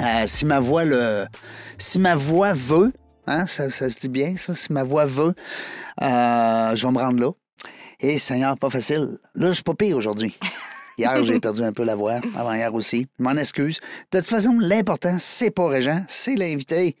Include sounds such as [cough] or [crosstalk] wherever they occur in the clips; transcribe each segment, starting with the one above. Euh, si ma voix le, si ma voix veut, hein, ça, ça se dit bien ça. Si ma voix veut, euh, je vais me rendre là. Et Seigneur, pas facile. Là, je suis pas pire aujourd'hui. Hier, j'ai perdu un peu la voix. Avant hier aussi. Je m'en excuse. De toute façon, l'important, c'est pas Régent, c'est l'invité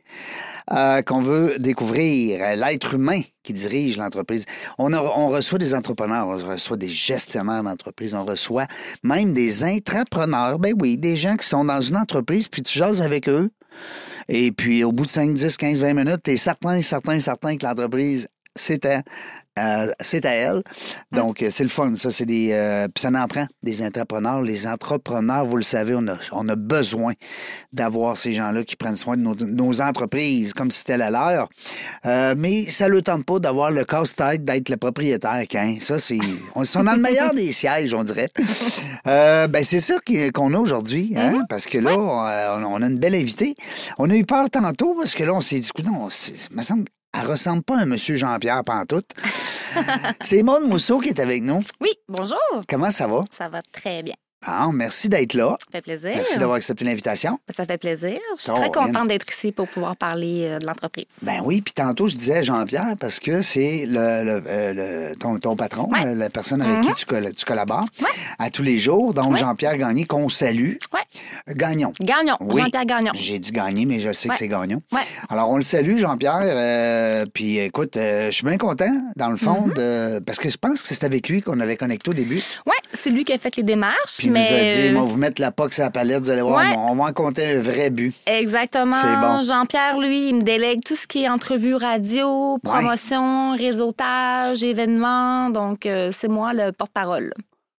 euh, qu'on veut découvrir, euh, l'être humain qui dirige l'entreprise. On, a- on reçoit des entrepreneurs, on reçoit des gestionnaires d'entreprise, on reçoit même des intrapreneurs. Ben oui, des gens qui sont dans une entreprise, puis tu jases avec eux. Et puis, au bout de 5, 10, 15, 20 minutes, tu es certain, certain, certain que l'entreprise, c'est à, euh, c'est à elle. Donc, euh, c'est le fun. Ça, c'est des. euh, puis ça en prend des entrepreneurs. Les entrepreneurs, vous le savez, on a, on a besoin d'avoir ces gens-là qui prennent soin de nos, nos entreprises comme si c'était la leur. Euh, mais ça ne le tente pas d'avoir le casse-tête d'être le propriétaire. Hein. Ça, c'est. On sont dans le meilleur des sièges, on dirait. Euh, ben, c'est ça qui- qu'on a aujourd'hui, hein, parce que là, on, euh, on a une belle invitée. On a eu peur tantôt, parce que là, on s'est dit, non, me semble. Elle ressemble pas à un monsieur Jean-Pierre Pantoute. [laughs] C'est Maude Mousseau qui est avec nous. Oui, bonjour. Comment ça va? Ça va très bien. Ah, merci d'être là. Ça fait plaisir. Merci d'avoir accepté l'invitation. Ça fait plaisir. Je suis Oh, très Lynn. contente d'être ici pour pouvoir parler euh, de l'entreprise. Ben oui, puis tantôt, je disais Jean-Pierre parce que c'est le, le- euh, le- ton, ton patron, Ouais. Mm-hmm. euh, la personne avec qui tu, coll- tu collabores Ouais. à tous les jours. Donc, Ouais. Jean-Pierre Gagné, qu'on salue. Ouais. Gagnon. Gagnons. Oui. Jean-Pierre Gagnon. J'ai dit Gagné, mais je sais que Ouais. c'est Gagnon. Ouais. Alors, on le salue, Jean-Pierre. euh, puis, écoute, euh, je suis bien content, dans le fond, Mhm. de, parce que je pense que c'est avec lui qu'on avait connecté au début. Oui, c'est lui qui a fait les démarches. Puis, il mais... euh, nous a dit, moi, vous mettre la poque sur la palette, vous allez voir, Ouais. on va en compter un vrai but. Exactement. C'est bon. Jean-Pierre, lui, il me délègue tout ce qui est entrevue radio, promotion, réseautage, événements. Donc, euh, c'est moi le porte-parole.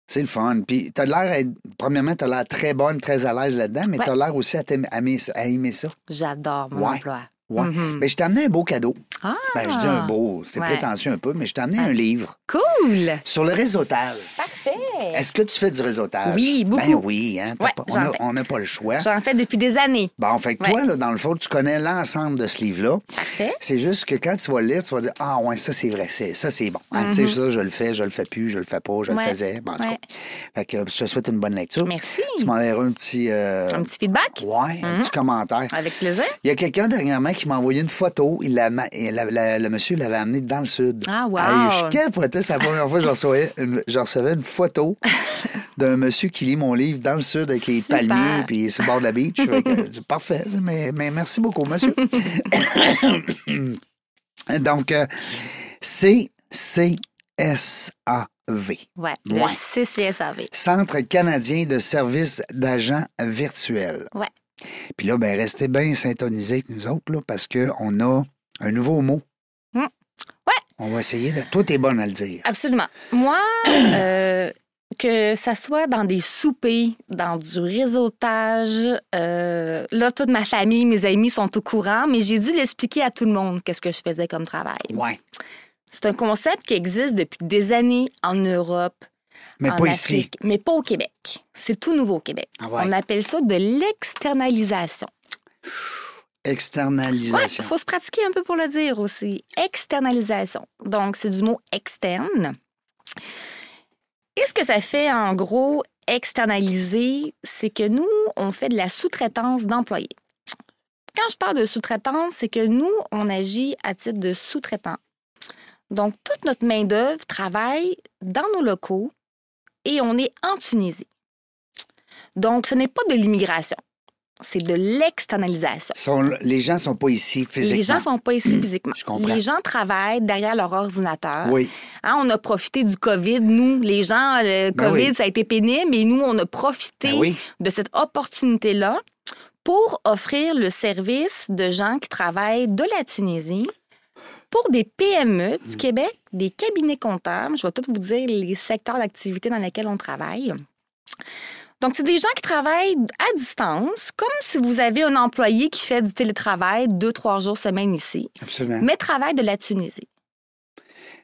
C'est le fun. Puis, t'as l'air, à être- premièrement, t'as l'air très bonne, très à l'aise là-dedans, mais Ouais. t'as l'air aussi à, t'aimer- à aimer, ça- à aimer ça. J'adore mon Ouais. emploi. Ouais. Mhm. Ben, je t'ai amené un beau cadeau. Ah! Ben, je dis un beau, c'est Ouais. prétentieux un peu, mais je t'ai amené un livre Cool! sur le réseautage. Parfait! Est-ce que tu fais du réseautage? Oui, beaucoup. Ben oui, hein, t'as Ouais, pas- j'en on a- fais. on n'a pas le choix. J'en fais depuis des années. Bon, fait que Ouais. toi, là, dans le fond, tu connais l'ensemble de ce livre-là. Parfait. C'est juste que quand tu vas le lire, tu vas dire Ah, ouais, ça, c'est vrai, c'est- ça, c'est bon. Hein, Tu sais, ça, je le fais, je le fais plus, je le fais pas, je le Mm-hmm. Ouais. faisais. Bon, en tout Ouais. cas. Fait que je te souhaite une bonne lecture. Merci. Tu m'enverras un petit. euh, Un petit feedback? Ouais, un petit commentaire. Mhm. Avec plaisir. Il y a quelqu'un dernièrement qui m'a envoyé une photo. Il l'a ma- il l'a- la- le monsieur l'avait amené dans le sud. Ah, wow. Hey, je capotais. C'est la première fois que je recevais une, je recevais une [laughs] photo d'un monsieur qui lit mon livre dans le sud avec les Super. palmiers puis sur le bord de la beach. Fait que, c'est parfait. Mais, mais merci beaucoup, [laughs] monsieur. Donc, euh, c'est CSAV. Ouais, Ouais. le CCSAV. Centre canadien de services d'agents virtuels. Ouais. Puis là, ben, restez bien syntonisés avec nous autres, là, parce qu'on a un nouveau mot. Mm. Ouais. On va essayer de. Toi, t'es bonne à le dire. Absolument. [coughs] Moi, euh, que ça soit dans des soupers, dans du réseautage, euh, là, toute ma famille, mes amis sont au courant, mais j'ai dû l'expliquer à tout le monde qu'est-ce que je faisais comme travail. Ouais. C'est un concept qui existe depuis des années en Europe, Mais en pas ici. Afrique, mais pas au Québec. C'est tout nouveau au Québec. Ah ouais. On appelle ça de l'externalisation. Il Externalisation. faut se pratiquer un peu pour le dire aussi. Externalisation. Donc, c'est du mot externe. Et ce que ça fait, en gros, externaliser, c'est que nous, on fait de la sous-traitance d'employés. Quand je parle de sous-traitance, c'est que nous, on agit à titre de sous-traitant. Donc, toute notre main-d'œuvre travaille dans nos locaux et on est en Tunisie. Donc, ce n'est pas de l'immigration, c'est de l'externalisation. Sont- les gens sont pas ici physiquement. Mm. Les gens sont pas ici physiquement. Je comprends. Les gens travaillent derrière leur ordinateur. Oui. Hein, on a profité du COVID, nous, les gens. Le Ben COVID, oui. ça a été pénible, mais nous, on a profité Ben oui. de cette opportunité-là pour offrir le service de gens qui travaillent de la Tunisie pour des PME Mm. du Québec, des cabinets comptables. Je vais tout vous dire les secteurs d'activité dans lesquels on travaille. Donc, c'est des gens qui travaillent à distance, comme si vous avez un employé qui fait du télétravail deux, trois jours semaine ici, Absolument. mais travaille de la Tunisie.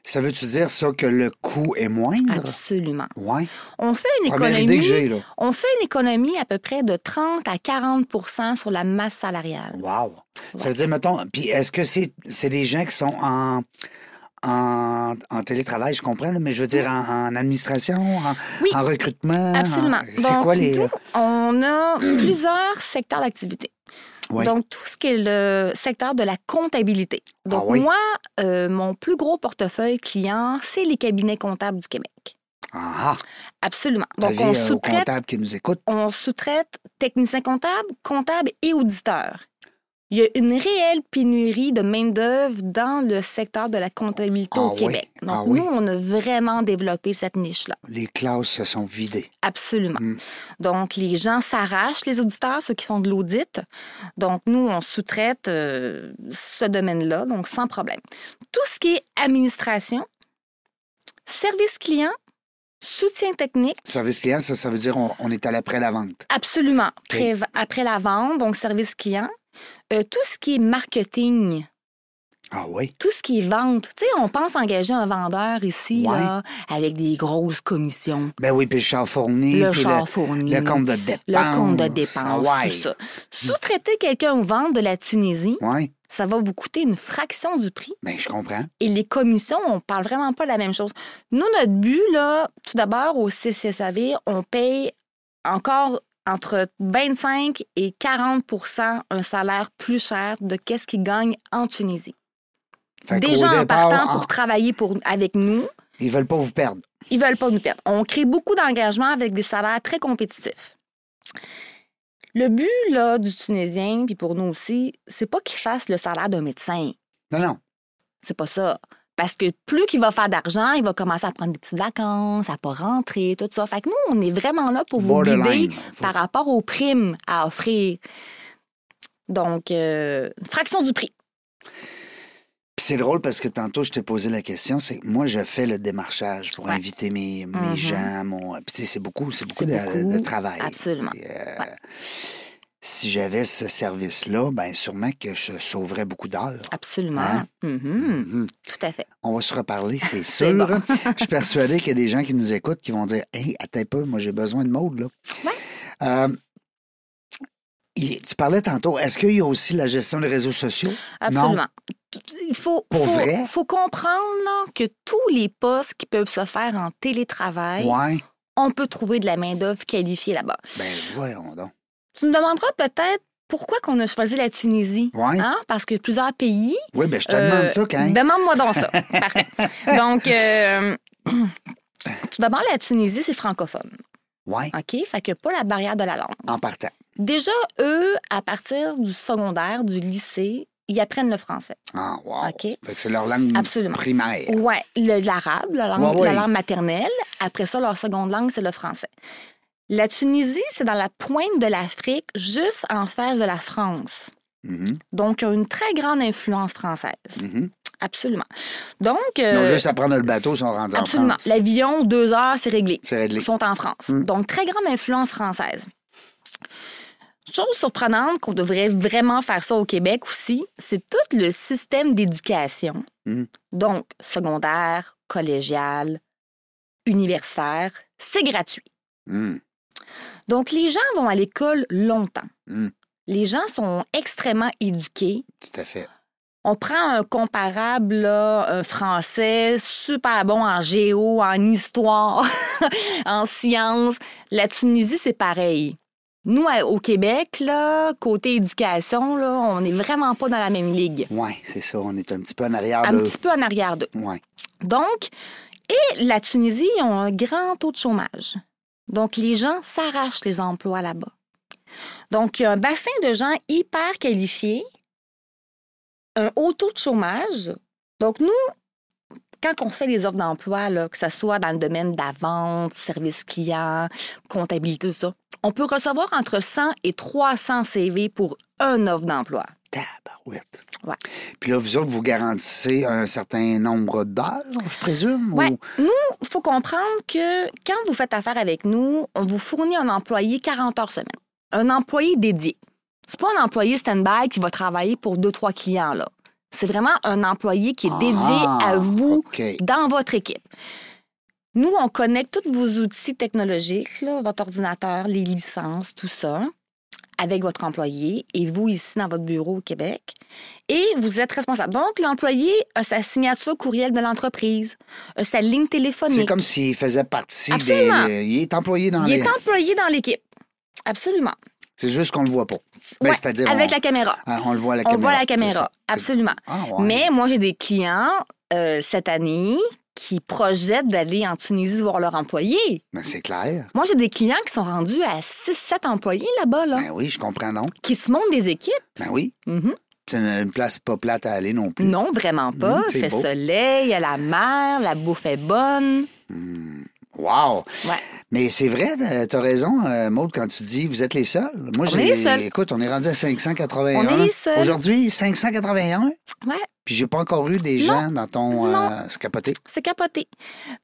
Ça veut-tu dire ça que le coût est moindre? Absolument. Oui. On fait une Ah. Première idée que économie. j'ai, là. On fait une économie à peu près de 30 à 40 sur la masse salariale. Wow. Ça veut dire, mettons, puis est-ce que c'est c'est les gens qui sont en, en, en télétravail, je comprends, là, mais je veux dire en, en administration, en, Oui. en recrutement? en- Absolument. Ah, C'est Donc, quoi les. tout, on a [clears throat] plusieurs secteurs d'activité. Oui. Donc, tout ce qui est le secteur de la comptabilité. Donc, Ah oui. moi, euh, mon plus gros portefeuille client, c'est les cabinets comptables du Québec. Ah, ah, Absolument. la Donc, vie, on euh, aux sous-traite comptables qui nous écoutent. on sous-traite techniciens comptables, comptables et auditeurs. Il y a une réelle pénurie de main-d'œuvre dans le secteur de la comptabilité Ah au oui, Québec. Donc, ah oui. nous, on a vraiment développé cette niche-là. Les classes se sont vidées. Absolument. Mm. Donc, les gens s'arrachent, les auditeurs, ceux qui font de l'audit. Donc, nous, on sous-traite euh, ce domaine-là, donc sans problème. Tout ce qui est administration, service client, soutien technique, Service client, ça, ça veut dire on, on est à l'après-la-vente. Absolument. Après, après la vente, donc service client, euh, tout ce qui est marketing, Ah oui. tout ce qui est vente. Tu sais, on pense engager un vendeur ici, Ouais. là, avec des grosses commissions. Ben oui, puis le char fourni. le puis char fourni. Le compte de dépenses. le compte de Ah dépenses, ouais. tout ça. Sous-traiter quelqu'un aux ventes de la Tunisie, Oui, ça va vous coûter une fraction du prix. ben je comprends. Et les commissions, on parle vraiment pas de la même chose. Nous, notre but, là, tout d'abord, au CCSAV, on paye encore entre 25 et 40 un salaire plus cher de qu'est-ce qu'ils gagnent en Tunisie. Fait qu'au Déjà en départ, partant en- pour travailler pour, avec nous, Ils veulent pas vous perdre. ils veulent pas nous perdre. On crée beaucoup d'engagement avec des salaires très compétitifs. Le but là, du Tunisien, puis pour nous aussi, c'est pas qu'il fasse le salaire d'un médecin. Non, non. C'est pas ça. Parce que plus qu'il va faire d'argent, il va commencer à prendre des petites vacances, à pas rentrer, tout ça. Fait que nous, on est vraiment là pour vous guider Borderline. Faut- par rapport aux primes à offrir. Donc, euh, une fraction du prix. Puis c'est drôle parce que tantôt, je t'ai posé la question, c'est que moi, je fais le démarchage pour Ouais. inviter mes, mes Mhm. gens. Mon... euh, Puis tu sais, c'est beaucoup, c'est beaucoup, C'est de, beaucoup. de travail. Absolument. Tu sais, euh, Si j'avais ce service-là, ben sûrement que je sauverais beaucoup d'heures. Absolument. Hein? Mhm. Mhm. Tout à fait. On va se reparler, [laughs] c'est sûr. bon. [laughs] je suis persuadé qu'il y a des gens qui nous écoutent qui vont dire Hey, attends pas, moi j'ai besoin de mode, là. Ouais. Euh, il- tu parlais tantôt, est-ce qu'il y a aussi la gestion des réseaux sociaux? Absolument. Il faut, Pour faut- vrai? faut comprendre là, que tous les postes qui peuvent se faire en télétravail, Ouais. on peut trouver de la main-d'œuvre qualifiée là-bas. Ben voyons donc. Tu me demanderas peut-être pourquoi qu'on a choisi la Tunisie. Ouais. Hein? Parce que plusieurs pays Oui, ben je te Euh, demande ça quand même. Demande-moi [laughs] donc ça. Parfait. Donc, euh, [clears throat] tout d'abord, la Tunisie, c'est francophone. Oui, OK? Fait que pas la barrière de la langue. en partant. Déjà, eux, à partir du secondaire, du lycée, ils apprennent le français. Ah, wow. OK. Fait que c'est leur langue Absolument. primaire. Ouais, le- l'arabe, la, langue- Ouais, ouais. la langue maternelle. Après ça, leur seconde langue, c'est le français. La Tunisie, c'est dans la pointe de l'Afrique, juste en face de la France. Mhm, Donc, ils ont une très grande influence française. mhm. Absolument. Donc. Ils ont euh, juste à prendre le bateau, ils sont rendus Absolument. en France. L'avion, deux heures, c'est réglé. C'est réglé. Ils sont en France. Mm. Donc, très grande influence française. Chose surprenante qu'on devrait vraiment faire ça au Québec aussi, c'est tout le système d'éducation. Mm. Donc, secondaire, collégial, universitaire, c'est gratuit. Mhm, Donc, les gens vont à l'école longtemps. Mm. Les gens sont extrêmement éduqués. Tout à fait. On prend un comparable, là, un français super bon en géo, en histoire, [laughs] en sciences. La Tunisie, c'est pareil. Nous, à- au Québec, là, côté éducation, là, on n'est vraiment pas dans la même ligue. Oui, c'est ça. On est un petit peu en arrière Un de. petit peu en arrière d'eux. Ouais. Donc, et la Tunisie, ils ont un grand taux de chômage. Donc, les gens s'arrachent les emplois là-bas. Donc, il y a un bassin de gens hyper qualifiés, un haut taux de chômage. Donc, nous, quand on fait des offres d'emploi, là, que ce soit dans le domaine de la vente, service client, comptabilité, tout ça, on peut recevoir entre 100 et 300 CV pour un offre d'emploi. Tabarouette. tabarouette. Ouais. Puis là, vous autres, vous garantissez un certain nombre d'heures, je présume? Ouais. ou- Il faut comprendre que quand vous faites affaire avec nous, on vous fournit un employé 40 heures semaine. Un employé dédié. C'est pas un employé stand-by qui va travailler pour deux, trois clients, là. C'est vraiment un employé qui est Ah, dédié à vous OK. dans votre équipe. Nous, on connecte tous vos outils technologiques, là, votre ordinateur, les licences, tout ça, avec votre employé et vous ici dans votre bureau au Québec. Et vous êtes responsable. Donc, l'employé a sa signature courriel de l'entreprise, a sa ligne C'est téléphonique. comme s'il faisait partie Absolument. des. Il est employé dans Il les. est employé dans l'équipe. Absolument. C'est juste qu'on le voit pas. Ben, Ouais, c'est-à-dire, avec on- la caméra. Ah, on le voit à la on caméra. voit la c'est ça. caméra. C'est- Absolument. Ah, ouais. Mais moi, j'ai des clients euh, cette année qui projettent d'aller en Tunisie voir leur employé. Ben, c'est clair. Moi, j'ai des clients qui sont rendus à 6-7 employés là-bas, là, Ben oui, je comprends, non? qui se montent des équipes. Ben oui. Mhm. C'est une, une place pas plate à aller non plus. Non, vraiment pas. Mhm, c'est Il fait beau. soleil, il y a la mer, la bouffe est bonne. Wow! Ouais. Mais c'est vrai, euh, t'as raison, euh, Maude, quand tu dis vous êtes les seuls. Moi, On est les seuls. Écoute, on est rendu à 581. On est les seuls. Aujourd'hui, 581. Ouais. Puis j'ai pas encore eu des Non. gens dans ton Non. euh, scapoté. C'est capoté.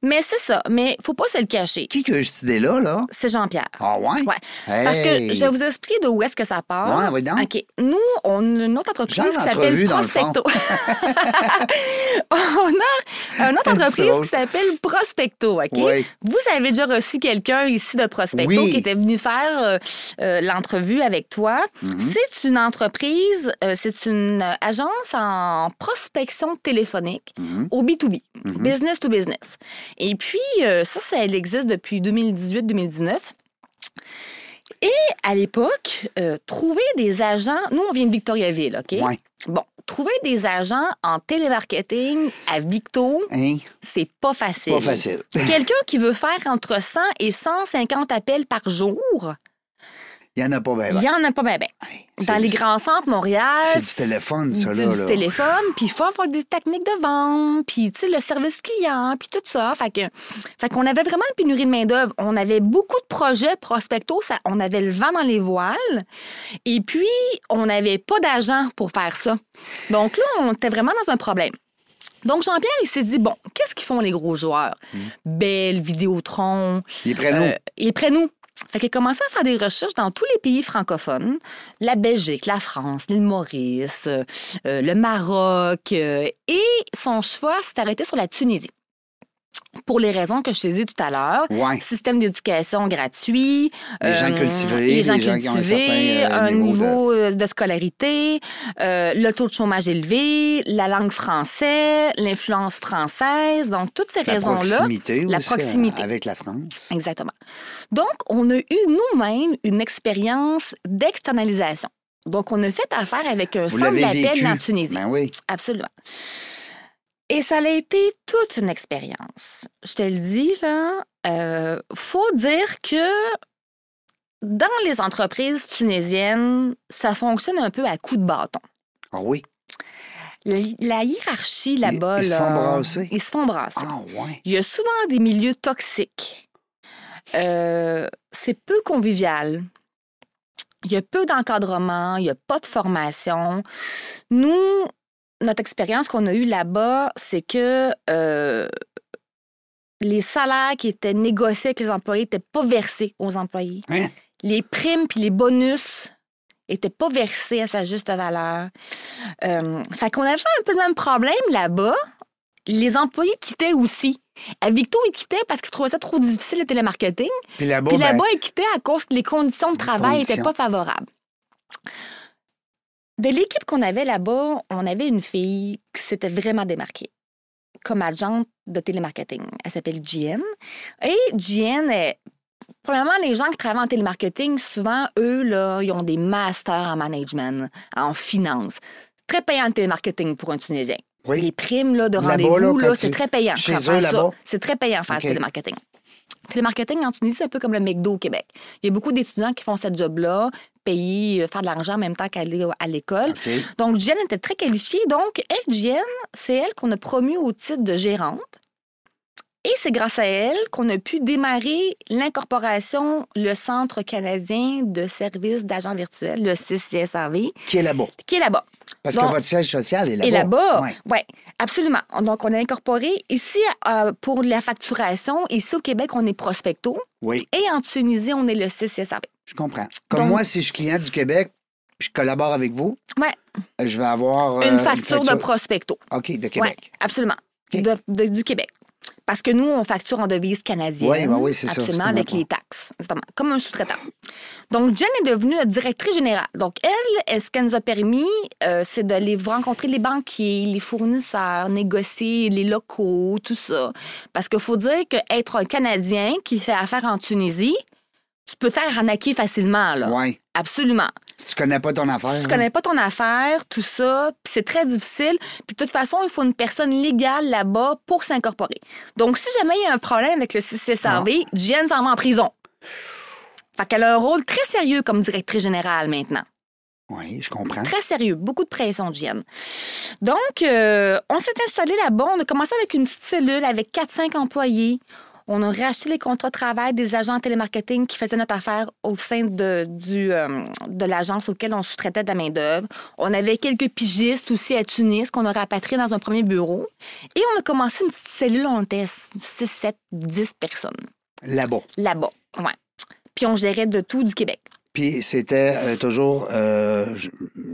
Mais c'est ça. Mais faut pas se le cacher. Qui que a eu cette idée-là, là? C'est Jean-Pierre. Ah ouais? Ouais. Parce que Hey! je vais vous expliquer d'où est-ce que ça part. Ouais, oui, donc. OK. Nous, on a une autre Genre entreprise qui s'appelle l'entrevue, dans le fond. Prospecto. [laughs] on a une autre [laughs] C'est entreprise drôle. qui s'appelle Prospecto, OK? Ouais. Vous avez déjà reçu quelqu'un ici de Prospecto Oui. qui était venu faire euh, euh, l'entrevue avec toi. Mhm. C'est une entreprise, euh, c'est une euh, agence en prospection téléphonique Mhm. au B2B, business to business. Et puis, euh, ça, ça, elle existe depuis 2018-2019. Et à l'époque, euh, trouver des agents, nous on vient de Victoriaville, OK? Ouais. Bon, trouver des agents en télémarketing à Victo, Hein? c'est pas facile. Pas facile. [laughs] Quelqu'un qui veut faire entre 100 et 150 appels par jour, Eh Il y en a pas bien. il y en a pas bien. ben. Dans les grands centres, Montréal. C'est du téléphone, ça, c'est là, du là. téléphone, puis il faut avoir des techniques de vente, puis tu sais, le service client, puis tout ça. Fait que, fait qu'on avait vraiment une pénurie de main-d'œuvre. On avait beaucoup de projets prospecto, ça, on avait le vent dans les voiles, et puis on n'avait pas d'argent pour faire ça. Donc là, on était vraiment dans un problème. Donc Jean-Pierre, il s'est dit bon, qu'est-ce qu'ils font les gros joueurs Hmm. Belle, Vidéotron, Il est prêt, non? euh, il est près nous. Fait qu'il a commencé à faire des recherches dans tous les pays francophones, la Belgique, la France, l'île Maurice, euh, euh, le Maroc, euh, et son choix s'est arrêté sur la Tunisie. Pour les raisons que je te disais tout à l'heure, Ouais. système d'éducation gratuit, euh, Les gens cultivés, les gens les gens qui ont un cultivés, certain, euh, un niveau de- niveau euh, de, scolarité, euh, le taux de chômage élevé, la langue française, l'influence française, donc toutes ces La raisons-là. proximité la aussi, proximité. euh, avec la France. Exactement. Donc, on a eu nous-mêmes une expérience d'externalisation. Donc, on a fait affaire avec un Vous centre l'avez d'appel vécu. en Tunisie. Ben oui. Absolument. Et ça a été toute une expérience. Je te le dis, là, euh, faut dire que dans les entreprises tunisiennes, ça fonctionne un peu à coups de bâton. Ah oui. La, la hiérarchie là-bas, ils se là, font brasser. Ils se font brasser. Ah ouais. Il y a souvent des milieux toxiques. Euh, c'est peu convivial. Il y a peu d'encadrement, il n'y a pas de formation. Nous, notre expérience qu'on a eue là-bas, c'est que euh, les salaires qui étaient négociés avec les employés n'étaient pas versés aux employés. Hein? Les primes puis les bonus n'étaient pas versés à sa juste valeur. Euh, fait qu'on avait un peu le même problème là-bas. Les employés quittaient aussi. À Victo, ils quittaient parce qu'ils trouvaient ça trop difficile le télémarketing. Puis là-bas, Puis ben, là-bas, ils quittaient à cause que les conditions de travail n'étaient conditions. pas favorables. De l'équipe qu'on avait là-bas, on avait une fille qui s'était vraiment démarquée comme agente de télémarketing. Elle s'appelle Jeanne. Et Jeanne, est... premièrement, les gens qui travaillent en télémarketing, souvent, eux, là, ils ont des masters en management, en finance. Très payant le télémarketing pour un Tunisien. Oui. Les primes là, de Là-bas, rendez-vous, là, là, quand c'est tu- très payant. chez Faire eux, ça, là-bas? C'est très payant faire du OK. télémarketing. Télémarketing en Tunisie, c'est un peu comme le McDo au Québec. Il y a beaucoup d'étudiants qui font cette job-là, payer, euh, faire de l'argent en même temps qu'aller à l'école. OK. Donc, Jen était très qualifiée. Donc, elle, Jen, c'est elle qu'on a promue au titre de gérante. Et c'est grâce à elle qu'on a pu démarrer l'incorporation, le Centre canadien de services d'agents virtuels, le CCSAV, Qui est là-bas. qui est là-bas. Parce que Donc- votre siège social est là-bas. Et là-bas, Ouais. oui, absolument. Donc, on a incorporé ici euh, pour la facturation. Ici au Québec, on est Prospecto. Oui, Et en Tunisie, on est le CCSAV. je comprends. Comme Donc- moi, si je suis client du Québec, puis je collabore avec vous, Ouais. euh, je vais avoir... euh, une facture de Prospecto. OK, de Oui, Québec. absolument. OK. De- de- du Québec. Parce que nous, on facture en devise canadienne. Ouais, ben oui, c'est ça, Absolument, c'est avec important. les taxes. Exactement. Comme un sous-traitant. Donc, Jen est devenue notre directrice générale. Donc, elle, est ce qu'elle nous a permis, euh, c'est d'aller rencontrer les banquiers, les fournisseurs, négocier les locaux, tout ça. Parce qu'il faut dire qu'être un Canadien qui fait affaire en Tunisie, tu peux te faire arnaquer facilement, là. Oui. Absolument. Si tu connais pas ton affaire. Si tu là. connais pas ton affaire, tout ça, puis c'est très difficile. Puis de toute façon, il faut une personne légale là-bas pour s'incorporer. Donc, si jamais il y a un problème avec le CCSRV, Jen s'en va en prison. Fait qu'elle a un rôle très sérieux comme directrice générale maintenant. Oui, je comprends. Très sérieux, beaucoup de pression, Jen. Donc, euh, on s'est installé là-bas. On a commencé avec une petite cellule avec 4-5 employés. On a racheté les contrats de travail des agents en télémarketing qui faisaient notre affaire au sein de, du, euh, de l'agence auquel on sous-traitait de la main-d'œuvre. On avait quelques pigistes aussi à Tunis qu'on a rapatriés dans un premier bureau. Et on a commencé une petite cellule, on était 6, 7, 10 personnes Là-bas. là-bas. Ouais. Puis on gérait de tout du Québec. Puis c'était euh, toujours. euh, je-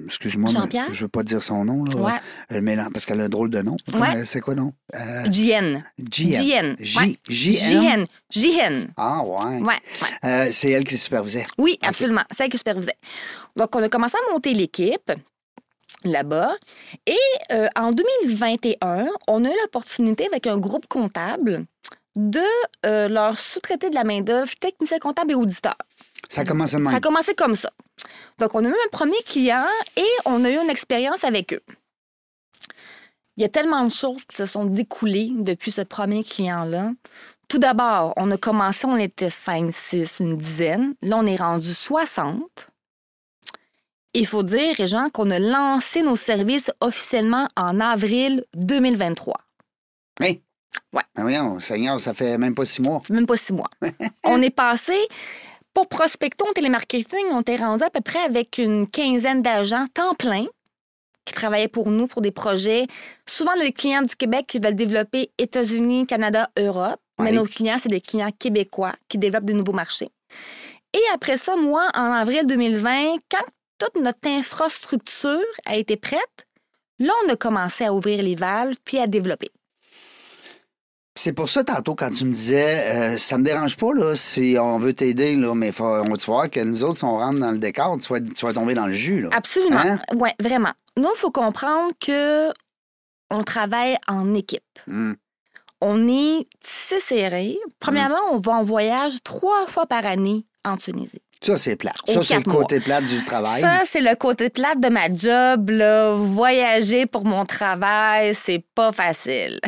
Excuse-moi. mais Jean-Pierre? Je veux pas dire son nom, là. Ouais. Euh, mais là, parce qu'elle a un drôle de nom. Ouais. Euh, C'est quoi, non? Euh, JN. JN. JN. J- JN. JN. JN. Ah, ouais. Ouais, ouais. Euh, c'est elle qui supervisait. Oui, absolument. C'est elle que je supervisais. Donc, on a commencé à monter l'équipe là-bas. Et euh, en 2021, on a eu l'opportunité avec un groupe comptable de euh, leur sous-traiter de la main-d'œuvre technicien comptable et auditeur. Ça commence de Ça même. a commencé comme ça. Donc, on a eu un premier client et on a eu une expérience avec eux. Il y a tellement de choses qui se sont découlées depuis ce premier client-là. Tout d'abord, on a commencé, on était 5, 6, une dizaine. Là, on est rendu 60. Il faut dire, gens qu'on a lancé nos services officiellement en avril 2023. Mais Ben voyons, Seigneur, ça fait même pas six mois. même pas six mois. on est passé, pour Prospecto en télémarketing, on était rendu à peu près avec une quinzaine d'agents temps plein qui travaillaient pour nous pour des projets. Souvent, les clients du Québec qui veulent développer États-Unis, Canada, Europe. Mais Oui. nos clients, c'est des clients québécois qui développent de nouveaux marchés. Et après ça, moi, en avril 2020, quand toute notre infrastructure a été prête, là, on a commencé à ouvrir les valves puis à développer. C'est pour ça, tantôt, quand tu me disais, euh, ça me dérange pas, là, si on veut t'aider, là, mais faut, on va te voir que nous autres, si on rentre dans le décor, tu vas, tu vas tomber dans le jus, là. Absolument. Hein? Ouais, vraiment. Nous, il faut comprendre que on travaille en équipe. Hum. On est si serré. Premièrement, on va en voyage trois fois par année en Tunisie. Ça, c'est plat. Et Ça, c'est le quatre mois. côté plat du travail. Ça, c'est le côté plate de ma job. là. Voyager pour mon travail, c'est pas facile.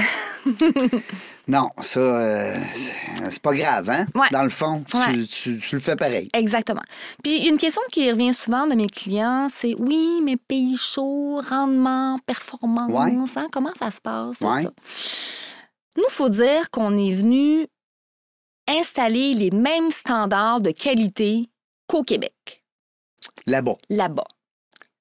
Non, ça, euh, c'est- c'est pas grave, hein? Ouais. Dans le fond, tu, Ouais. tu- tu le fais pareil. Exactement. Puis une question qui revient souvent de mes clients, c'est oui, mais pays chaud, rendement, performance, Ouais. hein, comment ça se passe? tout Ouais. ça. Nous, faut dire qu'on est venu installer les mêmes standards de qualité qu'au Québec, Là-bas. là-bas.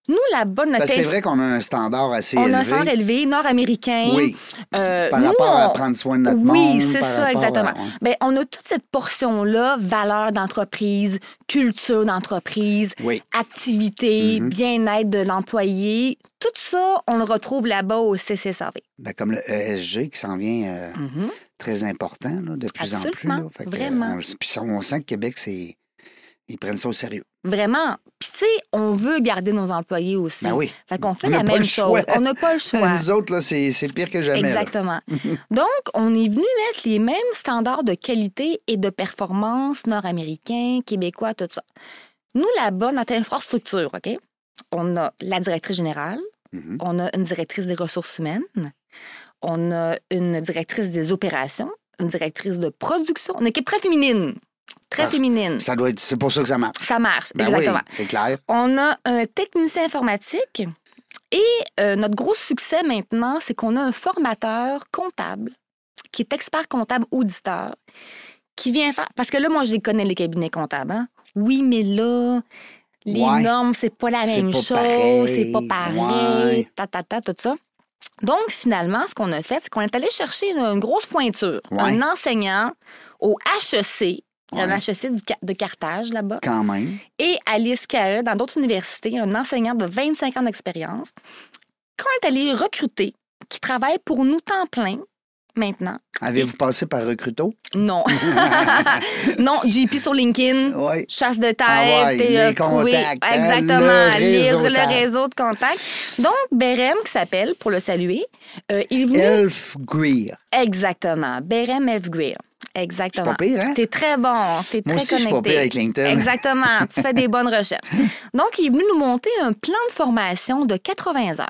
Nous, là-bas, notre Parce que Ben, c'est inf- vrai qu'on a un standard assez on élevé. a un standard élevé nord-américain. Oui, Euh, par nous, rapport à on- prendre soin de notre monde. oui, c'est par ça, rapport à- exactement. ouais. Ben, on a toute cette portion-là, valeur d'entreprise, culture d'entreprise, Oui. activité, Mhm. bien-être de l'employé. Tout ça, on le retrouve là-bas au CCSRV. Ben, comme le ESG qui s'en vient euh, très important là, de plus en plus. Mm-hmm. Absolument, Là. Fait que, euh, vraiment. on le- puis ça, on sent que Québec, c'est. Ils prennent ça au sérieux. Vraiment. Puis, tu sais, on veut garder nos employés aussi. Ben oui. Fait qu'on fait On n'a la pas même le choix. chose. On n'a [laughs] pas le choix. Nous autres, là, c'est c'est pire que jamais. là. Exactement. [laughs] Donc, on est venu mettre les mêmes standards de qualité et de performance nord-américains, québécois, tout ça. Nous, là-bas, notre infrastructure, OK? On a la directrice générale, Mhm. on a une directrice des ressources humaines, on a une directrice des opérations, une directrice de production, une équipe très féminine. Très Ah, féminine. Ça doit être. C'est pour ça que ça marche. Ça marche, Ben exactement. oui, c'est clair. On a un technicien informatique et euh, notre gros succès maintenant, c'est qu'on a un formateur comptable qui est expert comptable auditeur, qui vient faire. Parce que là, moi, je les connais, les cabinets comptables. hein. Oui, mais là, les Ouais. normes, c'est pas la C'est même pas chose, c'est pas pareil. pareil, Ouais. ta, ta, ta, tout ça. Donc, finalement, ce qu'on a fait, c'est qu'on est allé chercher une, une grosse pointure, Ouais. un enseignant au HEC, un Ouais. HEC du Ca- de Carthage là-bas, Quand même. et à l'ISCAE, E, dans d'autres universités, un enseignant de 25 ans d'expérience, qu'on est allé recruter, qui travaille pour nous temps plein maintenant. Avez-vous passé par Recruto? [laughs] Non. non, JP sur LinkedIn. Oui. Chasse de tête, Ah ouais, et, les euh, trouver- contacts, hein, exactement, le lire réseautage. le réseau de contacts. Donc, Berem, qui s'appelle, pour le saluer, euh, il est venu- Elf Greer. Exactement, Berem Elfgreer. C'est Exactement. pas pire, hein? T'es très bon, t'es très Moi aussi, je connecté. suis pas pire avec LinkedIn. Exactement, tu fais des bonnes recherches. Donc, il est venu nous monter un plan de formation de 80 heures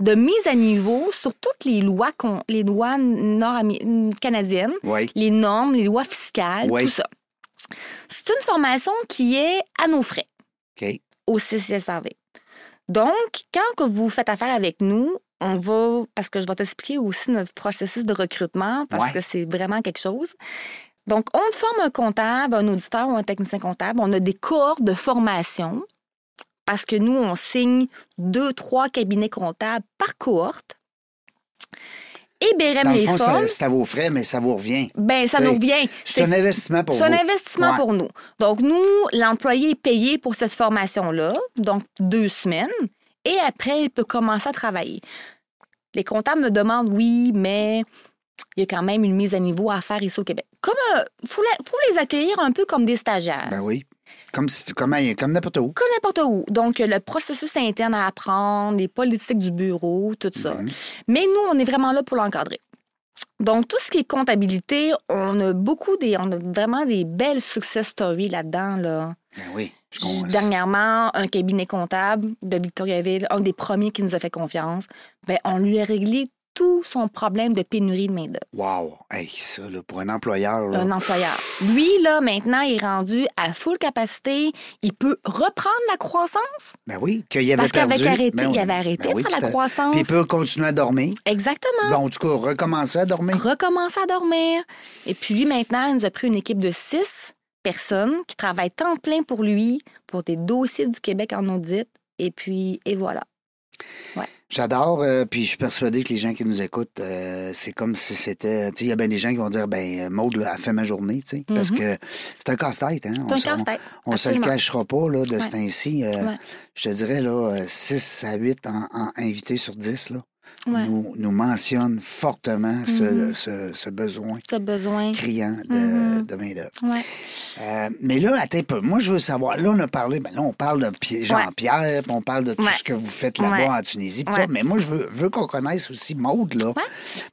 de mise à niveau sur toutes les lois, qu'on- les lois nord-ami- canadiennes, Oui. les normes, les lois fiscales, Oui. tout ça. C'est une formation qui est à nos frais OK. au CCSAV. Donc, quand que vous faites affaire avec nous, on va, parce que je vais t'expliquer aussi notre processus de recrutement, parce Ouais. que c'est vraiment quelque chose. Donc, on te forme un comptable, un auditeur ou un technicien comptable. On a des cohortes de formation, parce que nous, on signe deux, trois cabinets comptables par cohorte. Et BRM Dans le les fond, forme. ça, c'est à vos frais, mais ça vous revient. Ben, ça T'sais, nous revient. C'est un investissement pour C'est un vous. investissement Ouais. pour nous. Donc, nous, l'employé est payé pour cette formation-là, donc deux semaines, et après, il peut commencer à travailler. Les comptables me demandent, oui, mais il y a quand même une mise à niveau à faire ici au Québec. Comme, il faut, la- faut les accueillir un peu comme des stagiaires. Ben oui. Comme, si- comme, comme n'importe où. Comme n'importe où. Donc, le processus interne à apprendre, les politiques du bureau, tout ça. Mhm. Mais nous, on est vraiment là pour l'encadrer. Donc, tout ce qui est comptabilité, on a beaucoup des. On a vraiment des belles success stories là-dedans, là. Ben oui. Je Juste comprends. Dernièrement, un cabinet comptable de Victoriaville, un des premiers qui nous a fait confiance, ben, on lui a réglé tout son problème de pénurie de main-d'œuvre. Wow. Hey, ça, là, pour un employeur, là, Un employeur. Lui, là, maintenant, il est rendu à full capacité. Il peut reprendre la croissance ben oui, qu'il avait parce qu'il perdu. avait arrêté, Ben oui. il avait arrêté Ben oui, de faire tout la à- croissance. Ah. Puis il peut continuer à dormir. Exactement. Bon, en tout cas, recommencer à dormir. Recommence à dormir. Et puis lui, maintenant, il nous a pris une équipe de six personnes qui travaillent temps plein pour lui, pour des dossiers du Québec en audit. Et puis, et voilà. J'adore, euh, puis je suis persuadé que les gens qui nous écoutent, euh, c'est comme si c'était. Tu sais, il y a bien des gens qui vont dire, ben, Maude, là, a fait ma journée, tu sais, parce que c'est un casse-tête, hein. Mm-hmm. C'est on un se- on- casse-tête. On se le Absolument. cachera pas, là, de Ouais. ce temps-ci. euh, Ouais. Je te dirais, là, 6 à 8 en, en invités sur 10, là, Ouais. nous, nous mentionnent fortement ce, Mhm. ce- ce besoin Tu as besoin. criant de, Mhm. de main-d'œuvre. Ouais. Euh, mais là, attends un peu. Moi, je veux savoir. Là, on a parlé. Ben là, on parle de Pi- Jean-Pierre, puis on parle de tout Ouais. ce que vous faites là-bas Ouais. en Tunisie. puis Ouais. ça, mais moi, je veux, veux qu'on connaisse aussi Maude, là. Ouais.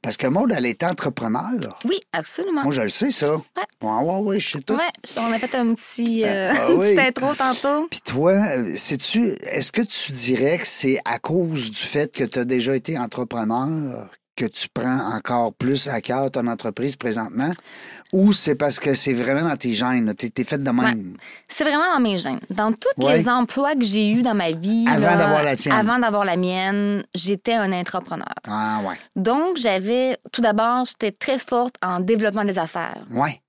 Parce que Maude, elle est entrepreneur. là. Oui, absolument. Moi, je le sais, ça. Ouais, ouais, ouais, je sais tout. Ouais, on a fait un petit, euh, Ah [laughs] une petite oui. intro tantôt. Puis toi, euh, sais-tu, est-ce que tu dirais que c'est à cause du fait que tu as déjà été entrepreneur que tu prends encore plus à cœur ton entreprise présentement ou c'est parce que c'est vraiment dans tes gènes, tu es, faite de même? C'est vraiment dans mes gènes. Dans tous Ouais. les emplois que j'ai eus dans ma vie. Avant là, d'avoir la tienne. Avant d'avoir la mienne, j'étais un entrepreneur. Ah ouais. Donc, j'avais, tout d'abord, j'étais très forte en développement des affaires. Ouais.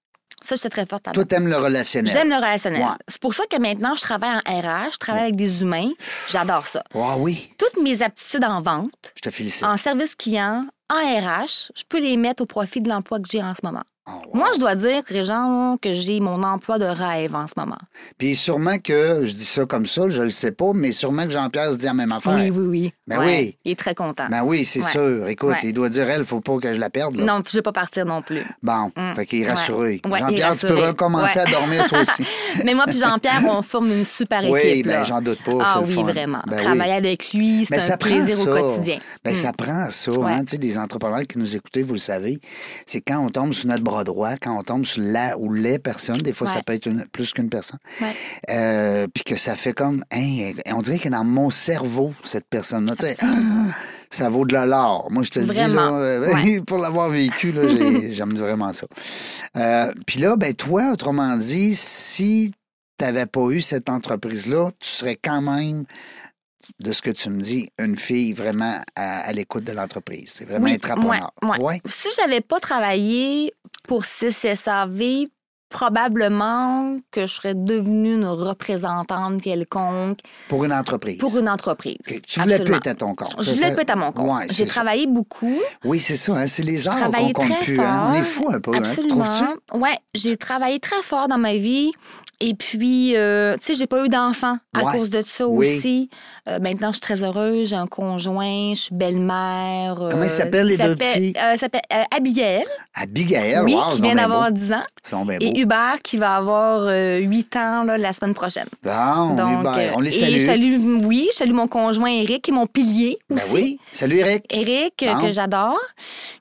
Ça, j'étais très forte à Toi, t'aimes le relationnel. J'aime le relationnel. Ouais. C'est pour ça que maintenant, je travaille en RH, je travaille avec des humains. J'adore ça. Ah oui, Toutes mes aptitudes en vente, je te félicite. en service client, en RH, je peux les mettre au profit de l'emploi que j'ai en ce moment. Ah, ouais. Moi, je dois dire, Réjean, que j'ai mon emploi de rêve en ce moment. Puis sûrement que, je dis ça comme ça, je le sais pas, mais sûrement que Jean-Pierre se dit la même affaire. Oui, oui, oui. Ben oui. Il est très content. Ben oui, c'est Ouais. sûr. Écoute, Ouais. il doit dire, elle, faut pas que je la perde. là. non, puis je ne vais pas partir non plus. Bon, Mm. fait qu'il est Ouais. rassuré. Ouais, il est Jean-Pierre, tu peux rassuré. recommencer Ouais. à dormir toi aussi. Mais moi puis Jean-Pierre, on forme une super oui, équipe. là. ben j'en doute pas. c'est ah le oui, fun. vraiment. Ben oui. Travailler avec lui, c'est Mais un plaisir au quotidien. Ben, Mm. Ça prend ça. hein. Ouais. Tu sais, les entrepreneurs qui nous écoutez, vous le savez, c'est quand on tombe sur notre bras droit, quand on tombe sur la ou les personnes, des fois Ouais. ça peut être une- plus qu'une personne, Ouais. Euh, puis que ça fait comme, hein, on dirait qu'elle est dans mon cerveau, cette personne-là. Tu sais, ah, [gasps] ça vaut de l'or. Moi, je te le dis, là, Vraiment. euh, [laughs] pour l'avoir vécu, là, j'ai- j'aime vraiment ça. Euh, puis là, ben toi, autrement dit, si tu n'avais pas eu cette entreprise-là, tu serais quand même de ce que tu me dis, une fille vraiment à, à l'écoute de l'entreprise. C'est vraiment entrepreneur. ouais, ouais. Hmm. Si je n'avais pas travaillé pour CCSAV, probablement que je serais devenue une représentante quelconque Pour une entreprise. pour une entreprise. Ok. Tu voulais plus Absolument. être à ton compte. Je Ça, voulais ça- plus être à mon compte. Ouais, J'ai c'est ça. travaillé beaucoup. Oui, c'est ça. hein, C'est les J'ai heures qu'on travaillé compte très plus. fort. hein. On est fou un peu. hein, Absolument. trouves-tu? ouais, j'ai travaillé très fort dans ma vie. Et puis, euh, tu sais, j'ai pas eu d'enfant à Ouais. cause de ça Oui. aussi. Euh, maintenant, je suis très heureuse. J'ai un conjoint, je suis belle-mère. euh, Comment ils s'appellent, les il deux s'appelle- petits? euh, il s'appelle euh, Abigail, Abigail, oui, wow, qui ils sont vient bien d'avoir beaux. 10 ans. Ils sont bien beaux. Et Hubert, qui va avoir 8 ans là, la semaine prochaine. Bon, Oh, Hubert, on les euh, et salue. je salue, oui, je salue mon conjoint Eric, qui est mon pilier Ben aussi. oui. Salut, Eric. Eric, Bon. que j'adore,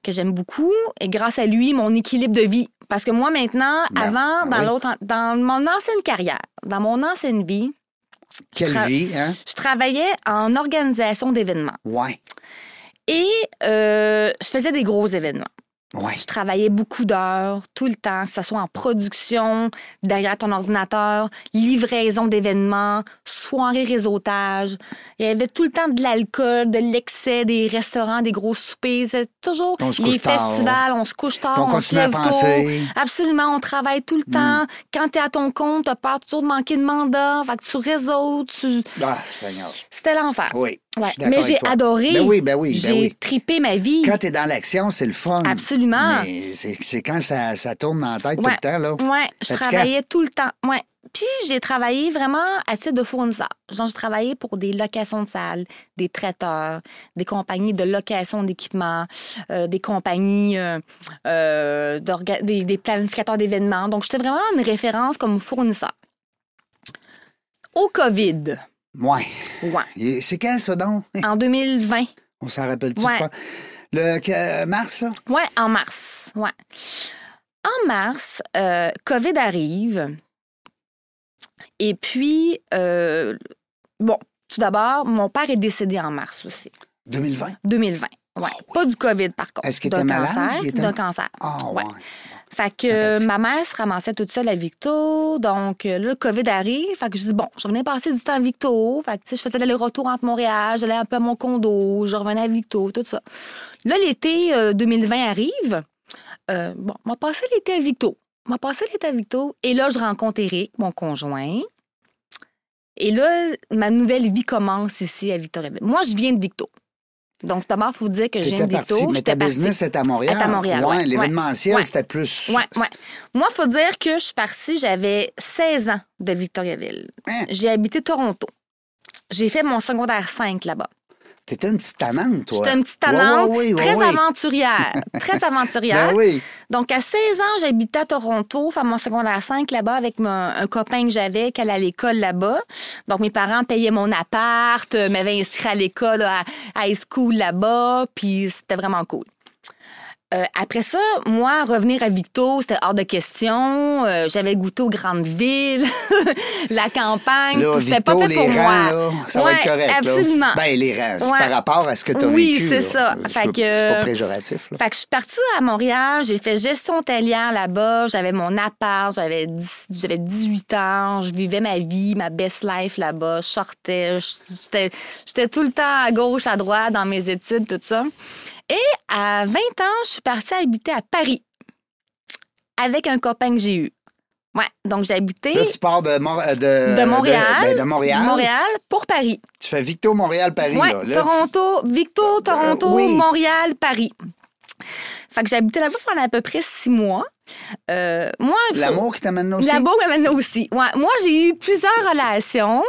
que j'aime beaucoup, et grâce à lui, mon équilibre de vie. Parce que moi, maintenant, Ben, avant, ben dans oui. l'autre, dans mon ancienne carrière, dans mon ancienne vie, Quelle tra- vie, hein? je travaillais en organisation d'événements. Ouais. Et euh, je faisais des gros événements. Ouais. Je travaillais beaucoup d'heures, tout le temps, que ce soit en production, derrière ton ordinateur, livraison d'événements, soirée réseautage. Il y avait tout le temps de l'alcool, de l'excès, des restaurants, des gros soupers. C'est toujours On se les couche tard. festivals, on se couche tard, Puis on Ah, on, se continue à lève tôt. penser. Mm. Absolument, on travaille tout le temps. Quand tu es à ton compte, tu peur toujours de manquer de mandat, fait que tu réseaux, tu... Ah, Seigneur. c'était l'enfer. Oui. je Ouais. suis d'accord Mais avec j'ai toi. adoré. Ben oui, ben oui, ben J'ai oui. tripé ma vie. Quand t'es dans l'action, c'est le fun. Absolument. Mais c'est c'est quand ça, ça tourne dans la tête tout Ouais. le temps, là. Ouais, je Fatigant. travaillais tout le temps. Ouais. Puis j'ai travaillé vraiment à titre de fournisseur. Genre, je travaillais pour des locations de salles, des traiteurs, des compagnies de location d'équipements, euh, des compagnies, euh, euh, d'orga- des, des planificateurs d'événements. Donc, j'étais vraiment une référence comme fournisseur. Au COVID, Ouais. ouais, Et C'est quand, ça, donc? en 2020, On s'en rappelle-tu, tu Ouais. crois? Le que- mars, là? Ouais, en mars. Ouais. En mars, euh, COVID arrive. Et puis, euh, bon, tout d'abord, mon père est décédé en mars aussi, 2020? 2020. Ouais. Pas du COVID, par contre. Ah Est-ce qu'il D'un était malade? cancer. Il était- D'un cancer. Ah, Ouais. ouais. Fait que Sympathique. euh, ma mère se ramassait toute seule à Victo. Donc, euh, là, le COVID arrive. Fait que je dis, bon, je venais passer du temps à Victo. Fait que, tu sais, je faisais l'aller-retour entre Montréal, j'allais un peu à mon condo, je revenais à Victo, tout ça. Là, l'été euh, 2020 arrive. Euh, bon, m'a passé l'été à Victo. M'a passé l'été à Victo. Et là, je rencontre Eric, mon conjoint. Et là, ma nouvelle vie commence ici à Victoriaville. Moi, je viens de Victo. Donc, d'abord, il faut dire que je viens T'étais de parti, Victo. mais ta J'étais partie. business était à Montréal. Était à Montréal, ouais, L'événementiel, ouais. c'était plus. Ouais, ouais. Moi, faut dire que je suis partie, j'avais 16 ans de Victoriaville. Hein? J'ai habité Toronto. J'ai fait mon secondaire 5 là-bas. T'étais une petite amante, toi. J'étais une petite talente, Ouais, ouais, ouais, très ouais, ouais. aventurière. très [laughs] aventurière. Ben oui. Donc, à 16 ans, j'habitais à Toronto, faire mon secondaire 5 là-bas avec mon- un copain que j'avais qui allait à l'école là-bas. Donc, mes parents payaient mon appart, euh, m'avaient inscrit à l'école, à à high school là-bas, puis c'était vraiment cool. Euh, après ça, moi, revenir à Victo, c'était hors de question. Euh, J'avais goûté aux grandes villes, [laughs] la campagne, Là, puis c'était Vito, pas fait les pour rangs, moi. là, ça va Ouais, être correct. là. Absolument. Ben, les rangs, c'est Ouais. par rapport à ce que tu as Oui, vécu. c'est là. ça. Euh, Fait je- que- C'est pas péjoratif, là. Fait que je suis partie à Montréal, j'ai fait gestion hôtelière là-bas, j'avais mon appart, j'avais dix- j'avais 18 ans, je vivais ma vie, ma best life là-bas, je sortais, je- j'étais j'étais tout le temps à gauche, à droite dans mes études, tout ça. Et à 20 ans, je suis partie habiter à Paris avec un copain que j'ai eu. Ouais, donc j'ai habité Là, tu pars de, Mor- euh, de, de Montréal, De, ben, de Montréal. Montréal pour Paris. Tu fais Victo, Montréal, Paris. Ouais, là. Là, tu- Toronto, Victo, Toronto, oui. Montréal, Paris. Fait que j'habitais là-bas pendant à peu près six mois. Euh, moi, L'amour qui t'amène là aussi. Là-bas, aussi. Ouais, moi, j'ai eu plusieurs relations,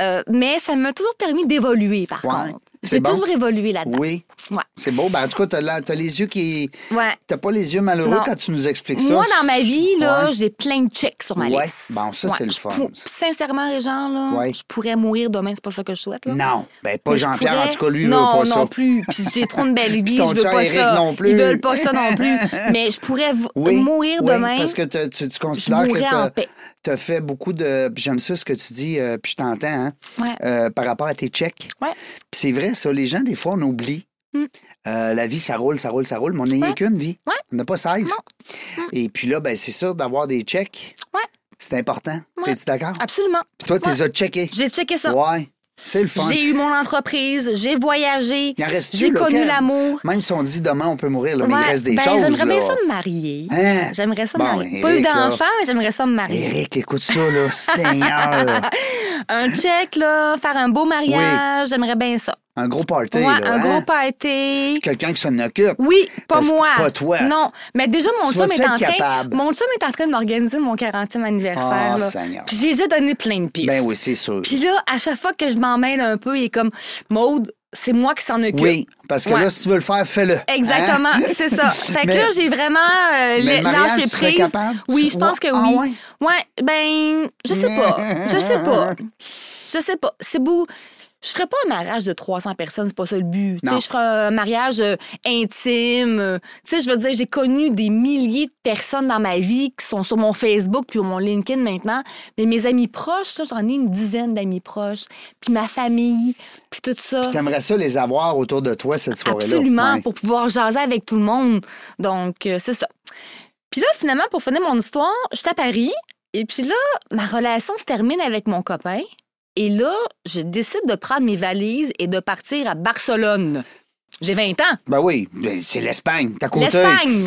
euh, mais ça m'a toujours permis d'évoluer, par Ouais, contre. c'est J'ai bon. toujours évolué là-dedans. Oui. Ouais. C'est beau. Ben, en tout cas, t'as la- t'as les yeux qui. Ouais. T'as pas les yeux malheureux Non. quand tu nous expliques ça. Moi, dans ma vie, là, Ouais. j'ai plein de checks sur ma Ouais. liste. Bon, ça, c'est le je fun, pou- ça. Sincèrement, Régent, là, Ouais. je pourrais mourir demain, c'est pas ça que je souhaite. là. Non. Ben, pas Mais je Jean-Pierre. pourrais- En tout cas, lui, il veut non, pas non ça. plus. Puis j'ai trop [laughs] de belles vies, ton je veux chat pas Eric ça. non plus. Ils veulent pas ça non [laughs] plus. Mais je pourrais v- Oui, mourir oui, demain. Parce que te- tu, tu considères mourrais en que paix. tu as fait beaucoup de. puis J'aime ça ce que tu dis, euh, puis je t'entends, hein, Ouais. euh, par rapport à tes chèques. Ouais. Puis C'est vrai, ça. Les gens, des fois, on oublie. Mm. Euh, la vie, ça roule, ça roule, ça roule, mais on n'a Ouais. qu'une vie. Ouais. On n'a pas 16. Non. Mm. Et puis là, ben, c'est sûr, d'avoir des chèques, Ouais. c'est important. Ouais. T'es-tu d'accord? Absolument. Puis toi, tu Ouais. les as checkés. J'ai checké ça. Ouais. C'est le fun. J'ai eu mon entreprise, j'ai voyagé, Il en reste-tu, j'ai là, connu quand- l'amour. Même si on dit demain, on peut mourir, là, mais Ouais, il reste des ben, choses. J'aimerais bien là. ça me marier. Hein? J'aimerais ça me Bon, marier. Pas eu Éric, là. d'enfant, mais j'aimerais ça me marier. Éric, écoute ça, [laughs] là. Seigneur. Un check, là, faire un beau mariage, j'aimerais bien ça. Un gros party, Ouais, là. un hein? gros party. Quelqu'un qui s'en occupe. Oui, pas Parce que moi. pas toi. Non, mais déjà mon Tu chum vas-tu est en être train capable? mon chum est en train de m'organiser mon 40e anniversaire Ah, là. Seigneur. Puis j'ai déjà donné plein de pistes. Ben oui, c'est sûr. Puis là, à chaque fois que je m'emmène un peu, il est comme Maude, c'est moi qui s'en occupe. Oui, parce que Ouais. là, si tu veux le faire, fais-le. hein? Exactement, [laughs] c'est ça. Fait que Mais- là, j'ai vraiment euh, Mais le la- mariage, lâché tu serais prise. capable? Oui, Tu- je pense que Ah, oui. ouais, ben, je sais pas. Je sais pas. Je sais pas. C'est beau. Je ferais pas un mariage de 300 personnes, c'est pas ça le but. Tu sais, Non. je ferais un mariage euh, intime. euh, Tu sais, je veux dire, j'ai connu des milliers de personnes dans ma vie qui sont sur mon Facebook puis mon LinkedIn maintenant. Mais mes amis proches, là, j'en ai une dizaine d'amis proches. Puis ma famille, puis tout ça. T'aimerais ça les avoir autour de toi cette soirée-là. Absolument, Ouais. pour pouvoir jaser avec tout le monde. Donc, euh, c'est ça. Puis là, finalement, pour finir mon histoire, j'étais à Paris. Et puis là, ma relation se termine avec mon copain. Et là, je décide de prendre mes valises et de partir à Barcelone. J'ai 20 ans. Ben oui, ben c'est l'Espagne, t'as côté. L'Espagne.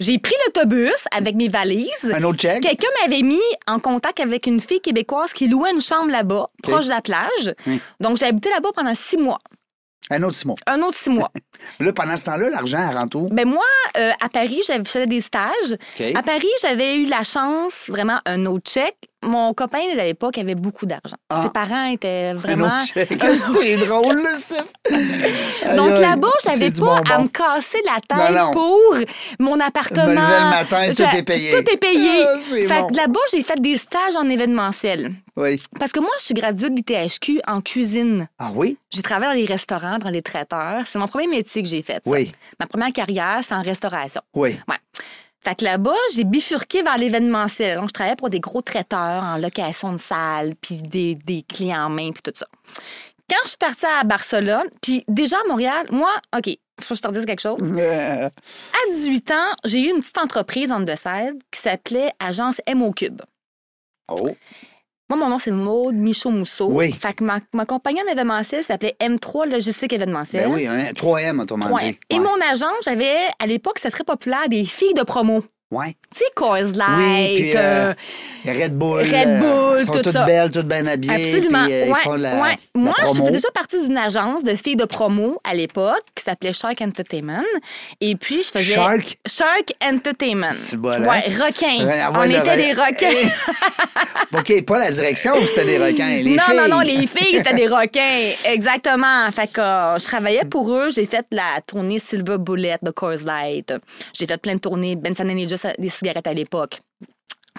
J'ai pris l'autobus avec mes valises. Un autre check. Quelqu'un m'avait mis en contact avec une fille québécoise qui louait une chambre là-bas, proche de la plage. Oui. Donc, j'ai habité là-bas pendant six mois. Un autre Simon. Un autre six mois. Là, pendant ce temps-là, l'argent, elle rentre où? Ben moi, euh, à Paris, j'avais fait des stages. À Paris, j'avais eu la chance, vraiment, un autre chèque. Mon copain, à l'époque, avait beaucoup d'argent. Ah. Ses parents étaient Un vraiment... autre check. [laughs] C'est drôle, là, [laughs] ça. Aïe, Donc aïe, là-bas, j'avais c'est du pas à bonbon. me casser la tête Non, non. pour mon appartement. Je me levais le matin, tout Je- est payé. Tout est payé. Ah, c'est fait bon. que là-bas, j'ai fait des stages en événementiel. Oui. Parce que moi, je suis graduée de l'ITHQ en cuisine. Ah oui? J'ai travaillé dans les restaurants, dans les traiteurs. C'est mon premier métier que j'ai fait. ça. Oui. Ma première carrière, c'est en restauration. [laughs] Oui. Ouais. Fait que là-bas, j'ai bifurqué vers l'événementiel. Donc, je travaillais pour des gros traiteurs en location de salles, puis des, des clients en main, puis tout ça. Quand je suis partie à Barcelone, puis déjà à Montréal, moi, OK, faut que je te redise quelque chose. Euh, À 18 ans, j'ai eu une petite entreprise en Deux-Sèvres qui s'appelait Agence MO Cube. Oh. Moi, mon nom, c'est Maude Michaud Mousseau. Oui. Fait que ma, ma compagnie en événementiel s'appelait M3 Logistique Événementiel. Ben oui, un 3M, autrement Point. dit. Et Ouais. mon agence, j'avais, à l'époque, c'était très populaire, des filles de promo. Ouais. Tu sais, Coors Light, Oui, puis euh, euh, Red Bull. Red euh, Bull, sont tout toutes ça. belles, toutes bien habillées. Absolument. Puis, euh, Ouais, ils font la, ouais. la Moi, je promo. faisais déjà partie d'une agence de filles de promo à l'époque qui s'appelait Shark Entertainment. Et puis, je faisais. Shark? Shark Entertainment. C'est bon, hein? Ouais, requins. Ouais, ah ouais, On le était re- des [laughs] requins. OK, pas la direction, c'était des requins. Les non, filles. non, non, les filles, [laughs] c'était des requins. Exactement. Fait que euh, je travaillais pour eux. J'ai fait la tournée Silver Bullet de Coors Light. J'ai fait plein de tournées Benson Just des cigarettes à l'époque.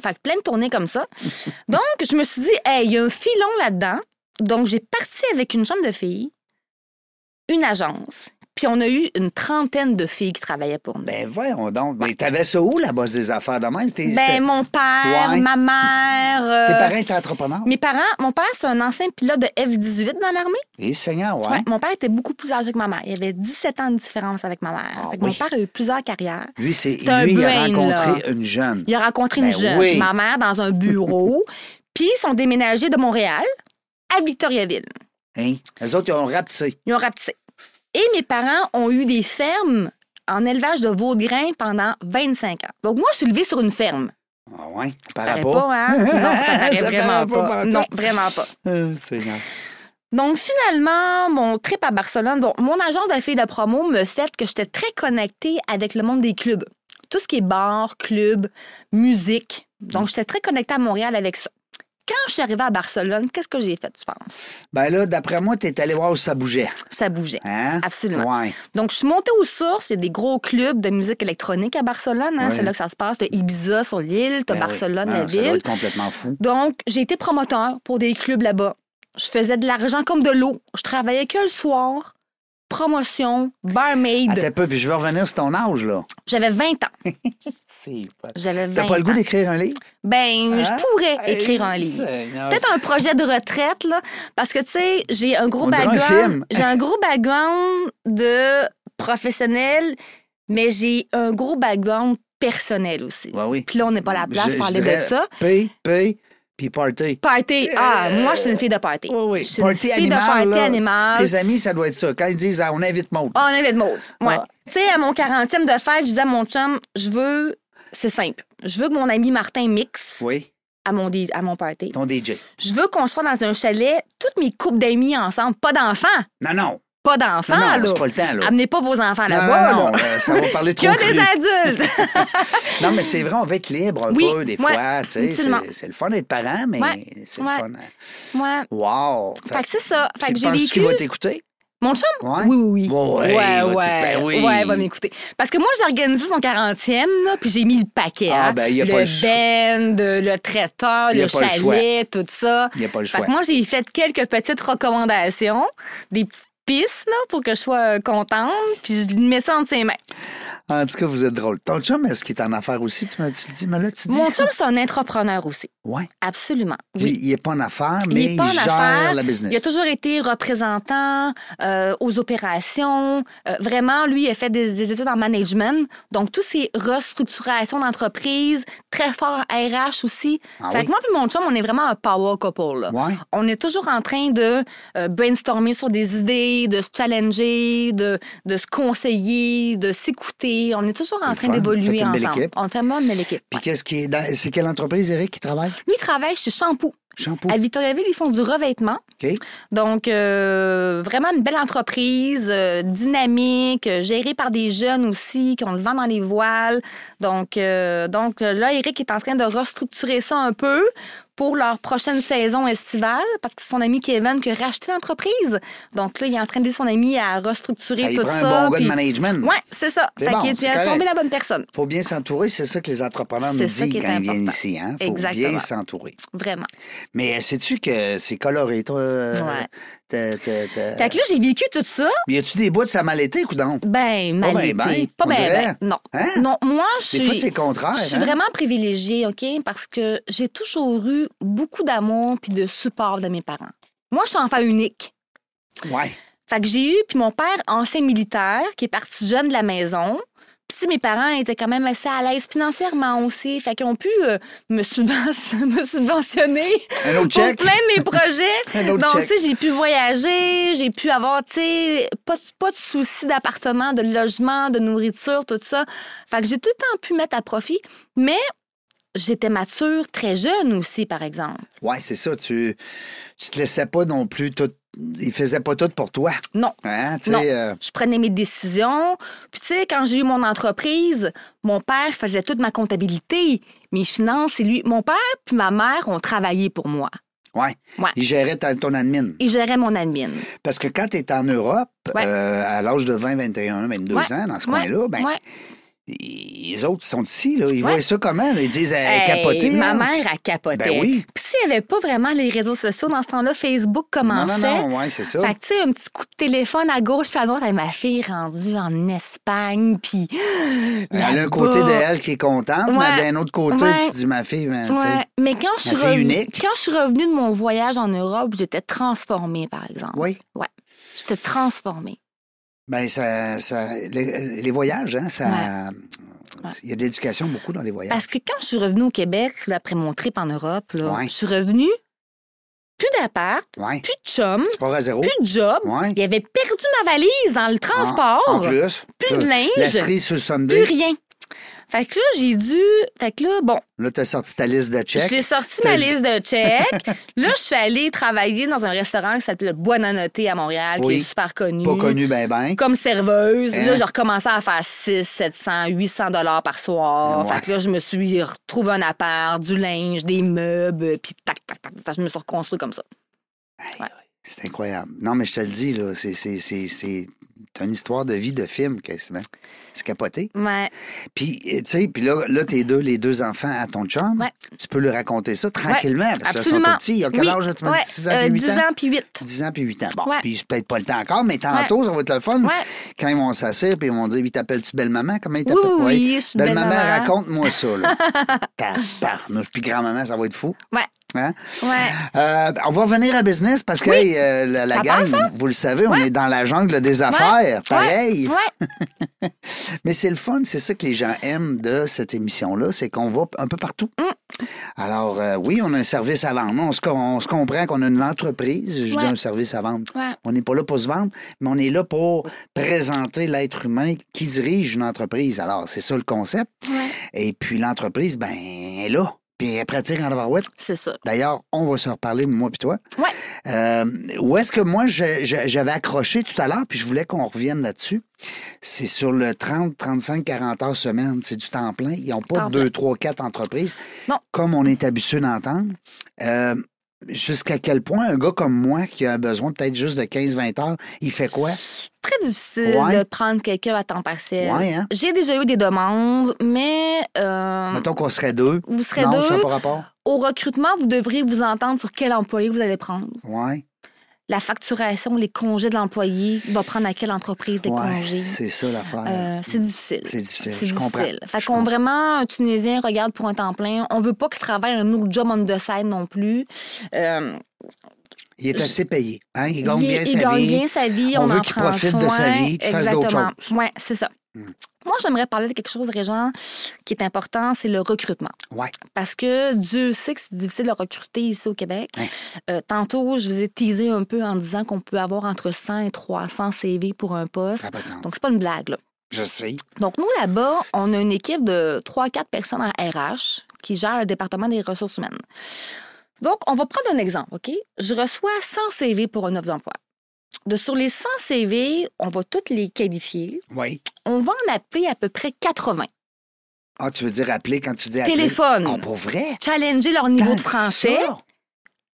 Fait que plein de tournées comme [laughs] ça. Donc, je me suis dit, hey, il y a un filon là-dedans. Donc, j'ai parti avec une chambre de filles, une agence, puis on a eu une trentaine de filles qui travaillaient pour nous. Ben voyons donc. Mais t'avais ça où, la bosse des affaires de même? C'était- c'était- Ben, mon père, Ouais. ma mère. euh, Tes parents étaient entrepreneurs? Mes parents, mon père, c'est un ancien pilote de F-18 dans l'armée. Eh, Seigneur, ouais. Ouais, Mon père était beaucoup plus âgé que ma mère. Il avait 17 ans de différence avec ma mère. Ah Fait que Mon oui. père a eu plusieurs carrières. Lui, c'est, C'est un lui il a brain, rencontré là. une jeune. Il a rencontré une Ben jeune, oui. ma mère, dans [laughs] un bureau. Puis ils sont déménagés de Montréal à Victoriaville. Hein? Les autres, ils ont rapetissé. Ils ont rapetissé. Et mes parents ont eu des fermes en élevage de veaux de grains pendant 25 ans. Donc moi, je suis levée sur une ferme. Ah ouais? Par Ça paraît rapport. pas, [laughs] hein? Non, ça paraît Ça vraiment paraît pas pas. pantoute. Non, vraiment pas. Euh, Seigneur. Donc, finalement, mon trip à Barcelone, bon, mon agent de filles de promo me fait que j'étais très connectée avec le monde des clubs. Tout ce qui est bar, club, musique. Donc, j'étais très connectée à Montréal avec ça. Quand je suis arrivée à Barcelone, qu'est-ce que j'ai fait, tu penses? Ben là, d'après moi, t'es allé voir où ça bougeait. Ça bougeait. Hein? Absolument. Ouais. Donc, je suis montée aux sources. Il y a des gros clubs de musique électronique à Barcelone. hein. Oui. C'est là que ça se passe. T'as Ibiza sur l'île, t'as Ben oui. Barcelone, Non, la Ça doit ville. être complètement fou. Donc, j'ai été promoteur pour des clubs là-bas. Je faisais de l'argent comme de l'eau. Je travaillais que le soir. Promotion, barmaid. Attends un peu, puis je veux revenir sur ton âge, là. J'avais 20 ans. C'est pas... J'avais 20 T'as pas le ans. goût d'écrire un livre? Ben, Hein? je pourrais Eh, écrire un livre. Seigneur. Peut-être un projet de retraite, là. Parce que, tu sais, j'ai un gros On dirait un background. film. J'ai un gros background de professionnel, mais j'ai un gros background personnel aussi. Ouais, Ben oui. Puis là, on n'est pas à la place Je- pour je parler de dirais ça. P, P, Puis party. Party. Ah, moi, je suis une fille de party. Oui, oui. Je suis une fille de party là. animale. Tes amis, ça doit être ça. Quand ils disent ah, on invite Maud. Ah, on avait de mode. Ouais. Ah. Tu sais, à mon 40e de fête, je disais à mon chum, je veux. C'est simple. Je veux que mon ami Martin mixe Oui, à mon, dé- à mon party. ton DJ. Je veux qu'on soit dans un chalet, toutes mes couples d'amis ensemble. Pas d'enfants. Non, non. Pas d'enfants, Non, non, là. c'est pas le temps, là. Amenez pas vos enfants Non, là-bas. non, non, là. euh, ça va [laughs] parler trop Que des cru. [laughs] adultes. Non, mais c'est vrai, on veut être libre un Oui, peu des ouais, fois. tu sais. absolument. C'est- C'est le fun d'être parent, mais Ouais, c'est le ouais. fun. hein. Moi. Wow! Fait que c'est ça. Fait que j'ai penses-tu vécu. qu'il va t'écouter? Mon chum? Ouais. Oui, oui, oui. Ouais, ouais, il va ouais. t'écouter. Ben oui. Ouais, il va m'écouter. Parce que moi, j'ai organisé son 40e, là, puis j'ai mis le paquet. Ah, hein. ben, il y a le pas le choix. band, le traiteur, Il y a le pas le choix. chalet, tout ça. Il n'y a pas le Fait choix. que moi, j'ai fait quelques petites recommandations, des petites pistes, là, pour que je sois euh, contente, puis je lui mets ça entre ses mains. En tout cas, vous êtes drôle. Ton chum, est-ce qu'il est en affaires aussi? Tu m'as tu dis, mais là, tu dis. Mon ça? chum, c'est un entrepreneur aussi. Ouais. Absolument. Lui, Oui. il n'est pas en affaires, Il mais est il, pas en gère affaires. la business. Il a toujours été représentant euh, aux opérations. Euh, vraiment, lui, il a fait des, des études en management. Donc, tout ces restructurations d'entreprise, très fort RH aussi. Ah fait oui? que moi puis mon chum, on est vraiment un power couple. là. Ouais. On est toujours en train de euh, brainstormer sur des idées, de se challenger, de, de se conseiller, de s'écouter. On est toujours en le train fun. d'évoluer Faites une belle ensemble. équipe. On fait vraiment une belle équipe. Puis ouais. qu'est-ce qui est. dans- C'est quelle entreprise, Eric, qui travaille? Lui, il travaille chez Shampoo. Shampoo. À Victoriaville, ils font du revêtement. OK. Donc, euh, vraiment une belle entreprise, euh, dynamique, euh, gérée par des jeunes aussi, qui ont le vent dans les voiles. Donc, euh, donc euh, là, Eric est en train de restructurer ça un peu pour leur prochaine saison estivale, parce que c'est son ami Kevin qui a racheté l'entreprise. Donc là, il est en train d'aider son ami à restructurer Ça y tout prend ça. un bon gars de puis- management. Ouais, c'est ça. C'est fait bon, qu'il c'est est correct. tombé la bonne personne, faut bien s'entourer, c'est ça que les entrepreneurs nous C'est ça disent qui est quand ils viennent important. ici. Hein? faut Exactement. bien s'entourer. vraiment. Mais euh, sais-tu que c'est coloré, toi? euh, Ouais. t'as- t'as- t'as- Fait que là, j'ai vécu tout ça. Mais y a-tu des bouts de ça mal été, coudonc? Ben, Pas mal ben, ben, été. Pas on ben, dirait. ben, Non. Hein? Non, moi, je suis. Des fois, c'est le contraire. Je suis hein? vraiment privilégiée, OK? Parce que j'ai toujours eu beaucoup d'amour puis de support de mes parents. Moi, je suis enfant unique. Ouais. Fait que j'ai eu, puis mon père, ancien militaire, qui est parti jeune de la maison. Puis tu sais, mes parents étaient quand même assez à l'aise financièrement aussi. Fait qu'ils ont pu euh, me, subven- [laughs] me subventionner Un autre pour check. plein [laughs] de mes Un projets. autre Donc, check. tu sais, j'ai pu voyager, j'ai pu avoir, tu sais, pas, de- pas de soucis d'appartement, de logement, de nourriture, tout ça. Fait que j'ai tout le temps pu mettre à profit, mais j'étais mature très jeune aussi, par exemple. Ouais, c'est ça. Tu, tu te laissais pas non plus tout. Il faisait pas tout pour toi. Non. Hein? Tu Non. sais, euh, Je prenais mes décisions. Puis, tu sais, quand j'ai eu mon entreprise, mon père faisait toute ma comptabilité, mes finances et lui. Mon père puis ma mère ont travaillé pour moi. ouais. Ouais. Il gérait ta- ton admin. Ils géraient mon admin. Parce que quand tu es en Europe, Ouais. euh, à l'âge de 20, 21, 22 Ouais. ans, dans ce Ouais, coin-là, ben, ouais. i- les autres sont ici. Là. Ils Ouais. voient ça comment? là? Ils disent euh, Hey, capoter. Ma hein? mère a capoté. Ben oui. Puis s'il n'y avait pas vraiment les réseaux sociaux dans ce temps-là, Facebook Non, commençait. non, non, ouais, c'est ça. Fait que, tu sais, un petit coup de téléphone à gauche puis à droite, Hey, ma fille est rendue en Espagne, puis. Elle a un là-bas. côté d'elle qui est contente, mais Ouais. d'un autre côté, Ouais. tu te dis, ma fille, ben, tu sais, Ouais. Mais quand je, suis fille revenue, unique. quand je suis revenue de mon voyage en Europe, j'étais transformée, par exemple. Oui. Ouais. J'étais transformée. ben, ça, ça- les, les voyages, hein, ça. Il y a de l'éducation beaucoup dans les voyages. Parce que quand je suis revenue au Québec, là, après mon trip en Europe, là, Ouais. je suis revenue, plus d'appart, Ouais. plus de chum, Tu pars à zéro. plus de job. Ouais. Ah, Il avait perdu ma valise dans le transport. En, en plus. Euh, plus de La linge, cerise sur le plus Sunday. rien. Fait que là, j'ai dû. Fait que là, bon, Là, t'as sorti ta liste de j'ai checks. sorti T'as ma dit- liste de checks. là, je suis allée travailler dans un restaurant qui s'appelle le Buonanotte à Montréal, Oui. qui est super connu. Pas connu, ben, ben. Comme serveuse. Hein? Là, j'ai recommencé à faire 6, 700, 800 dollars par soir. Ouais. Fait que là, je me suis retrouvé un appart, du linge, des meubles, puis tac, tac, tac, tac. Je me suis reconstruit comme ça. C'est incroyable. Non, mais je te le dis, là, c'est- c'est- c'est c'est une histoire de vie de film, quasiment. C'est capoté. Ouais. Puis, euh, tu sais, puis là, là t'es deux, les deux enfants à ton chum. Ouais. Tu peux leur raconter ça tranquillement, parce qu'ils sont absolument. tout petits. Il y a quel Oui. âge, là, tu m'as Ouais, dit 6 ans, euh, puis 8 10 ans? ans, puis 8. 10 ans puis 8 ans. Bon, Ouais. puis peut-être pas le temps encore, mais tantôt, ça va être le fun. Ouais. Quand ils vont s'asseoir, puis ils vont dire, ils t'appellent-tu belle-maman? Comment ils Oui, t'appellent? oui, Ouais. oui, je suis Belle-maman, belle-maman. raconte-moi ça, [laughs] là. Tabarnouche. Puis grand-maman, ça va être fou. Ouais. Hein? Ouais. Euh, on va revenir à business parce que hey, euh, la, la Ça gang, passe, hein? vous le savez, on est dans la jungle des Ouais. affaires. Ouais. Pareil. Ouais. Mais c'est le fun, c'est ça que les gens aiment de cette émission-là, c'est qu'on va un peu partout. Mm. Alors, euh, oui, on a un service à vendre. On se, com- on se comprend qu'on a une entreprise, je Ouais. dis un service à vendre. Ouais. On n'est pas là pour se vendre, mais on est là pour présenter l'être humain qui dirige une entreprise. Alors, c'est ça le concept. Ouais. Et puis, l'entreprise, ben, elle est là. Puis, elle pratique en barouette. C'est ça. D'ailleurs, on va se reparler, moi puis toi. Ouais. Euh, où est-ce que moi, je- je- j'avais accroché tout à l'heure, puis je voulais qu'on revienne là-dessus. C'est sur le 30, 35, 40 heures semaine. C'est du temps plein. Ils n'ont pas Temps deux, plein. trois, quatre entreprises. Non. Comme on est habitué d'entendre. Euh, Jusqu'à quel point un gars comme moi qui a besoin peut-être juste de 15-20 heures, il fait quoi? Très difficile Ouais. de prendre quelqu'un à temps partiel. Ouais, hein? J'ai déjà eu des demandes, mais euh, Mettons qu'on serait deux. vous serez non, ça deux. n'a pas rapport. Au recrutement, vous devrez vous entendre sur quel employé vous allez prendre. Ouais. La facturation, les congés de l'employé, il va prendre à quelle entreprise les ouais, congés. C'est ça l'affaire. Euh, c'est difficile. c'est difficile. C'est je comprends. difficile. Fait Je qu'on comprends. vraiment, un Tunisien regarde pour un temps plein. On veut pas qu'il travaille un autre job on the side non plus. Euh, Il est assez payé. Hein? Il il gagne il bien sa gagne vie. bien sa vie, On on, veut en qu'il prend profite de sa soin. vie, qu'il fasse d'autres Exactement. choses. Ouais, c'est ça. Hmm. Moi, j'aimerais parler de quelque chose, Régent, qui est important, c'est le recrutement. Ouais. Parce que Dieu sait que c'est difficile de recruter ici au Québec. Ouais. Euh, tantôt, je vous ai teasé un peu en disant qu'on peut avoir entre 100 et 300 CV pour un poste. Ça n'a pas de sens. Donc, c'est pas une blague, là. Je sais. Donc, nous, là-bas, on a une équipe de 3-4 personnes en RH qui gère le département des ressources humaines. Donc, on va prendre un exemple, OK? Je reçois 100 CV pour une offre d'emploi. De, sur les 100 CV, on va toutes les qualifier. Oui. On va en appeler à peu près 80. Ah, tu veux dire appeler quand tu dis appeler? Téléphone. Ah, pour vrai? Challenger leur niveau Tant de que français, ça?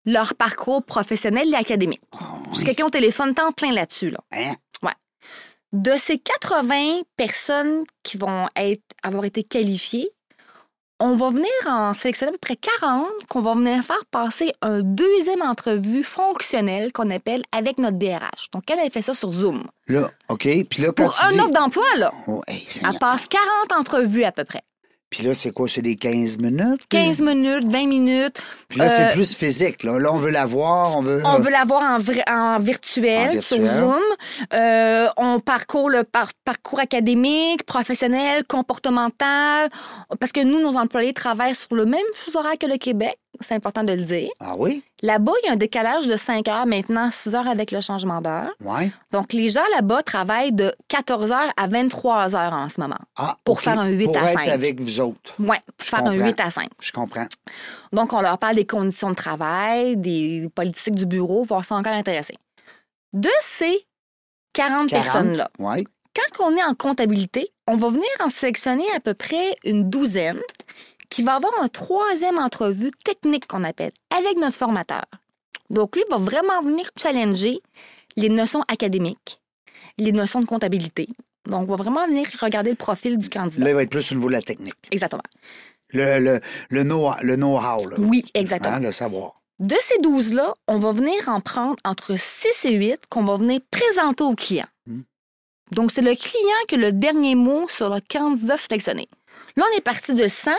leur parcours professionnel et académique. Ah, oui. Parce que quelqu'un au téléphone temps plein là-dessus, là. Hein? De ces 80 personnes qui vont être, avoir été qualifiées, on va venir en sélectionner à peu près 40 qu'on va venir faire passer un deuxième entrevue fonctionnelle qu'on appelle avec notre DRH. Donc, elle, elle fait ça sur Zoom. Là, OK. Puis là, quand Pour tu un dis... offre d'emploi, là, Oh, hey, Seigneur. elle passe 40 entrevues à peu près. Puis là, c'est quoi? C'est des 15 minutes? 15 minutes, 20 minutes. Puis là, c'est euh, plus physique. Là. là, on veut la voir, on veut... On veut l'avoir en, vrai- en virtuel, Euh, En sur virtuel. Zoom. Euh, on parcourt le par- parcours académique, professionnel, comportemental, parce que nous, nos employés travaillent sur le même fuseau horaire que le Québec. C'est important de le dire. Ah oui? Là-bas, il y a un décalage de 5 heures, maintenant 6 heures avec le changement d'heure. Ouais. Donc, les gens là-bas travaillent de 14 heures à 23 heures en ce moment. Ah, Pour OK. faire un huit Pour à être cinq. avec vous autres. Ouais, pour faire un comprends. 8 à 5. Je comprends. Donc, on leur parle des conditions de travail, des politiques du bureau, voir ça encore intéressé. De ces 40? 40, personnes-là, Ouais. quand on est en comptabilité, on va venir en sélectionner à peu près une douzaine qui va avoir un troisième entrevue technique qu'on appelle avec notre formateur. Donc, lui va vraiment venir challenger les notions académiques, les notions de comptabilité. Donc, on va vraiment venir regarder le profil du candidat. Là, il va être plus au niveau de la technique. Exactement. Le, le, le know- le know-how, là. Oui, exactement. Hein, le savoir. De ces 12-là, on va venir en prendre entre 6 et 8 qu'on va venir présenter au client. Hmm. Donc, c'est le client qui a le dernier mot sur le candidat sélectionné. Là, on est parti de 100,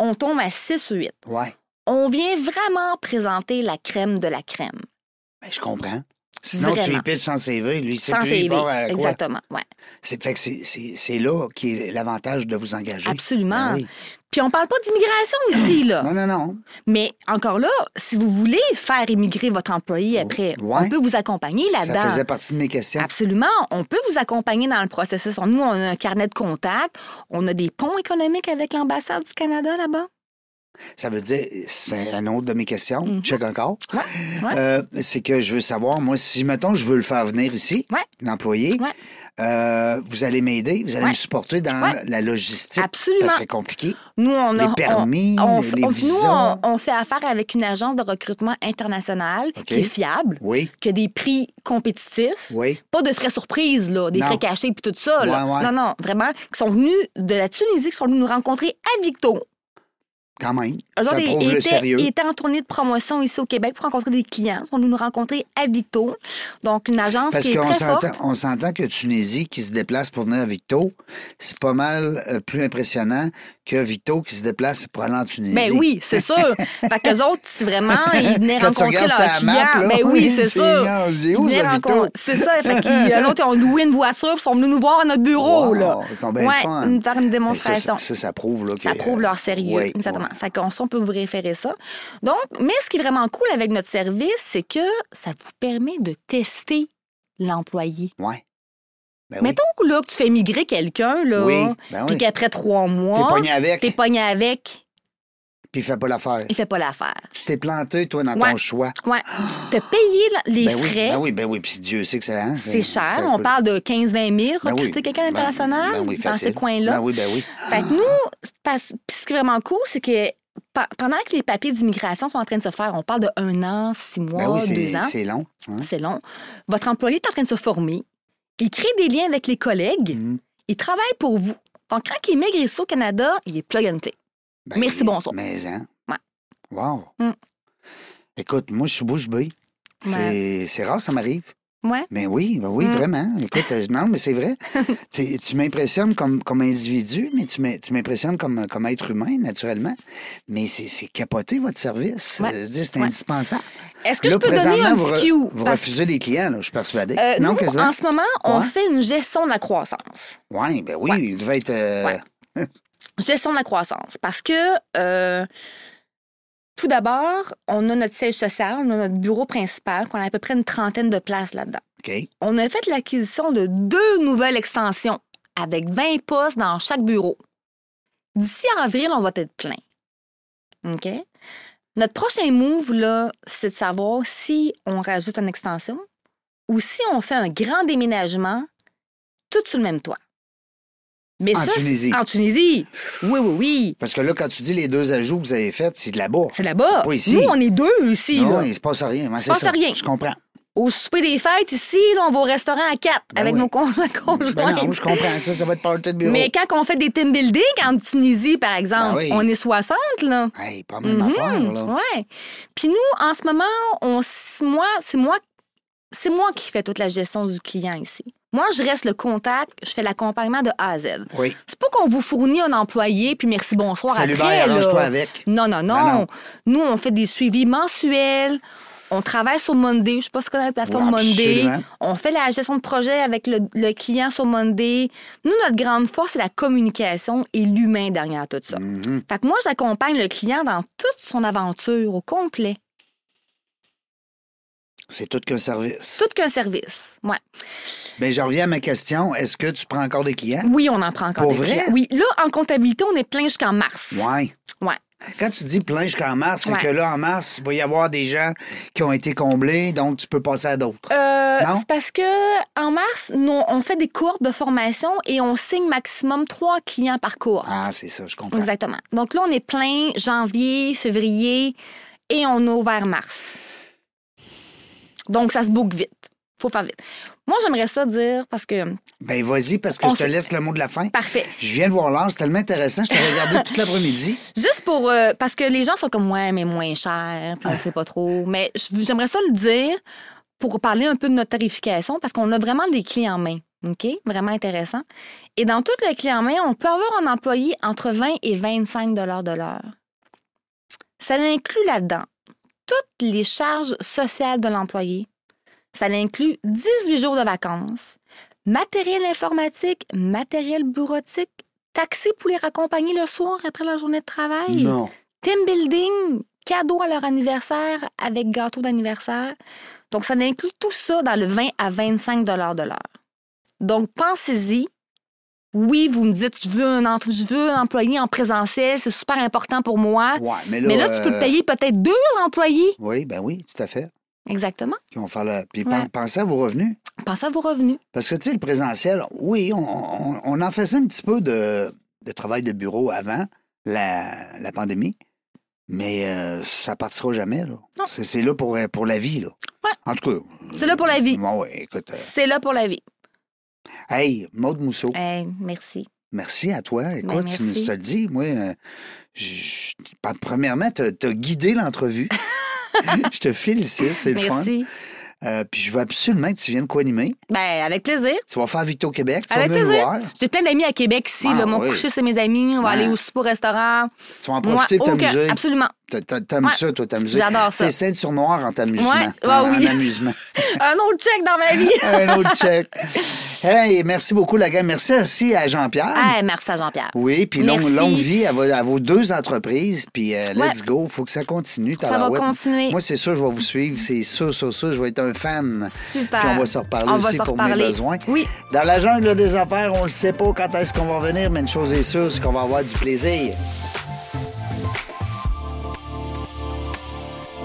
on tombe à 6 ou 8. Ouais. On vient vraiment présenter la crème de la crème. Ben, je comprends. Sinon, tu lui Vraiment. pitches sans CV, lui, c'est Sans plus, il CV. part à quoi? Exactement, ouais. C'est fait que c'est- c'est c'est là qui est l'avantage de vous engager. Absolument. Ben oui. Puis on parle pas d'immigration ici, là. Non, non, non. Mais encore là, si vous voulez faire immigrer votre employé après, Ouais. on peut vous accompagner Ça là-dedans. faisait partie de mes questions. Absolument. On peut vous accompagner dans le processus. Nous, on a un carnet de contact. On a des ponts économiques avec l'ambassade du Canada là-bas. Ça veut dire, c'est un autre de mes questions. Mhm. Check encore. Ouais, ouais. Euh, c'est que je veux savoir, moi, si, mettons, je veux le faire venir ici, Ouais. l'employé, Ouais. euh, vous allez m'aider, vous allez Ouais. me supporter dans Ouais. la logistique. Absolument. Parce que c'est compliqué. Nous, on a. les permis, on- on- les, les on- nous, visas. on, on fait affaire avec une agence de recrutement internationale OK. qui est fiable, Oui, qui a des prix compétitifs. oui. Pas de frais surprises, là, des Non. frais cachés puis tout ça. là. Ouais, ouais. Non, non, vraiment, qui sont venus de la Tunisie, qui sont venus nous rencontrer à Victo. Quand même. Eux Ça autres, ils- prouve ils le étaient- sérieux. ils étaient en tournée de promotion ici au Québec pour rencontrer des clients. Ils sont venus nous rencontrer à Victo. Donc, une agence Parce qui est qu'on très forte. s'entend, on s'entend que Tunisie qui se déplace pour venir à Victo, c'est pas mal euh, plus impressionnant que Victo qui se déplace pour aller en Tunisie. Ben oui, [laughs] c'est sûr. fait qu'eux autres, si vraiment, ils venaient Quand tu rencontrer regardes leurs sa clients. map, là, ben oui, c'est ça. on dit Ils où, venaient ça, Victo? rencontrer- C'est ça, fait [laughs] qu'eux autres, ils ont loué une voiture, ils sont venus nous voir à notre bureau, Wow, là. Ils sont bien ouais, fun. nous faire une Ben, ça, démonstration. ça, ça prouve, là, que- Ça prouve leur sérieux, Oui, exactement. Exactement. Fait qu'on on peut vous référer ça. Donc, mais ce qui est vraiment cool avec notre service, c'est que ça vous permet de tester l'employé. Ouais. Ben oui. Mettons là, que tu fais migrer quelqu'un, là, Oui, ben puis oui. qu'après trois T'es mois, pogné avec, t'es pogné avec, puis fais pas l'affaire. il fait pas l'affaire. Tu t'es planté, toi, dans Ouais. ton choix. Ouais. T'as payé la- les ben oui, frais. ben oui, ben oui, puis Dieu sait que c'est... hein, C'est cher. ça On coûte. parle de 15-20 000 Ben oui. recruter quelqu'un Ben- d'international ben oui, dans facile. ces coins-là. Ben oui, ben oui. Fait que nous, parce- puis ce qui est vraiment cool, c'est que pe- pendant que les papiers d'immigration sont en train de se faire, on parle de un an, six mois, Ben oui, deux c'est- ans, c'est long. hein. c'est long. Votre employé est en train de se former. Il crée des liens avec les collègues. Mhm. Il travaille pour vous. Donc, quand il migre ici au Canada, il est plug and play. Ben, Merci, bonsoir. Mais, hein? Ouais. Wow. Mm. Écoute, moi, je suis bouche bée. C'est c'est rare, ça m'arrive. Ouais. Mais oui, ben oui, Mm. vraiment. Écoute, euh, non, mais c'est [laughs] vrai. T'es- tu m'impressionnes comme, comme individu, mais tu m'im- tu m'impressionnes comme, comme être humain, naturellement. Mais c'est c'est capoté, votre service. Ouais. Euh, je veux dire, C'est Ouais. indispensable. Est-ce que Là, je peux donner présentement, un vous, re- petit cue? vous Parce- refusez les clients, là, je suis persuadé. Euh, nous, quasiment. en ce moment, on Ouais. fait une gestion de la croissance. Oui, ben oui, Ouais. il devait être. euh, Ouais. gestion de la croissance. Parce que, euh, tout d'abord, on a notre siège social, on a notre bureau principal, qu'on a à peu près une trentaine de places là-dedans. OK. On a fait l'acquisition de deux nouvelles extensions avec 20 postes dans chaque bureau. D'ici avril, on va être plein. OK? Notre prochain move, là, c'est de savoir si on rajoute une extension ou si on fait un grand déménagement tout sur le même toit. Mais En ça, c'est- Tunisie. En Tunisie. Oui, oui, oui. Parce que là, quand tu dis les deux ajouts que vous avez faits, c'est de la bourre. C'est là-bas. Pas ici. Ah Nous, on est deux ici. Non, là. il se passe rien. Il se passe rien. Je [laughs] comprends. Au souper des fêtes, ici, là, on va au restaurant à quatre Ben avec oui. nos con- [laughs] Ben conjoints. non, je comprends. Ça, ça va être party de bureau. Mais quand on fait des team building en Tunisie, par exemple, Ben oui. on est 60, là. Hey, pas même affaire, là. Mhm. Ouais. Puis nous, en ce moment, on, s- moi, c'est moi, c'est moi qui fais toute la gestion du client ici. Moi, je reste le contact, je fais l'accompagnement de A à Z. Oui. C'est pas qu'on vous fournit un employé puis merci bonsoir Salut, après. bye, là. arrange-toi avec. Non, non, non, Non, non. Nous, on fait des suivis mensuels. On travaille sur Monday. Je sais pas si tu connais la plateforme Oui, Monday. absolument. On fait la gestion de projet avec le, le client sur Monday. Nous, notre grande force, c'est la communication et l'humain derrière tout ça. Mhm. Fait que moi, j'accompagne le client dans toute son aventure au complet. C'est tout qu'un service. Tout qu'un service. Ouais. Mais je reviens à ma question. Est-ce que tu prends encore des clients? Oui, on en prend encore Pour des vrai? clients. Oui, là, en comptabilité, on est plein jusqu'en mars. Oui. Ouais. Quand tu dis plein jusqu'en mars, c'est Ouais. que là, en mars, il va y avoir des gens qui ont été comblés, donc tu peux passer à d'autres. Euh, Non? c'est parce que en mars, nous, on fait des cours de formation et on signe maximum trois clients par cours. Ah, c'est ça, je comprends. Exactement. Donc là, on est plein janvier, février et on a ouvert mars. Donc, ça se boucle vite. Faut faire vite. Moi, j'aimerais ça dire parce que. Ben, vas-y, parce que On je te se- laisse le mot de la fin. Parfait. Je viens de voir l'art, c'est tellement intéressant. Je t'ai regardé toute [laughs] l'après-midi. Juste pour. euh, parce que les gens sont comme, ouais, mais moins cher, puis on sait pas trop. Mais j- j'aimerais ça le dire pour parler un peu de notre tarification, parce qu'on a vraiment des clés en main. OK? Vraiment intéressant. Et dans toutes les clés en main, on peut avoir un employé entre 20 et 25 de l'heure. Ça inclut là-dedans toutes les charges sociales de l'employé. Ça inclut 18 jours de vacances, matériel informatique, matériel bureautique, taxi pour les raccompagner le soir après la journée de travail. Non. Team building, cadeau à leur anniversaire avec gâteau d'anniversaire. Donc, ça inclut tout ça dans le 20 à 25 de l'heure. Donc, pensez-y. Oui, vous me dites, je veux un, entre- je veux un employé en présentiel, c'est super important pour moi. Ouais, mais là. Mais là, tu peux euh, te payer peut-être deux employés. Oui, ben oui, tout à fait. Exactement. Qui vont faire le... Puis Ouais. pen- pensez à vos revenus. Pensez à vos revenus. Parce que, tu sais, le présentiel, oui, on, on- on en faisait un petit peu de, de travail de bureau avant la, la pandémie, mais euh, ça partira jamais, là. Non. C'est, c'est là pour, euh, pour la vie, là. Ouais. En tout cas. C'est là pour la vie. Bon, ouais, écoute. euh, C'est là pour la vie. hey, Maude Mousseau, Eh, merci. merci à toi. Écoute, Ben, tu- merci. je te le dis, moi, euh, je- je- premièrement, tu as guidé [laughs] l'entrevue. je te félicite, c'est le fun. Merci. Euh, puis je veux absolument que tu viennes co-animer. Ben, avec plaisir. Tu vas faire Vite au Québec, tu Avec vas venir nous plaisir. voir. J'ai plein d'amis à Québec ici. Ah, là, mon oui. coucher, c'est mes amis. On va Ouais. aller au souper au restaurant. Tu vas en Moi, profiter pour aucun- t'amuser. Absolument. T'a- t'a- T'aimes Ouais. ça, toi, t'amuser. J'adore ça. T'essaies de surnoir en t'amusement. Ouais. Ah [laughs] En- en oui. amusement. [laughs] Un autre check dans ma vie. Un autre check. Hey, merci beaucoup, la gang. Merci aussi à Jean-Pierre. Ah, merci à Jean-Pierre. Oui, puis longue, Merci. longue vie à, vo- à vos deux entreprises. Puis euh, Ouais. let's go, faut que ça continue. Ça tabarouette. va continuer. Moi, c'est sûr, je vais vous suivre. C'est sûr, sûr, sûr, je vais être un fan. Super. Puis on va se reparler On va aussi se pour mes reparler. besoins. Oui. Dans la jungle des affaires, on ne sait pas quand est-ce qu'on va venir, mais une chose est sûre, c'est qu'on va avoir du plaisir.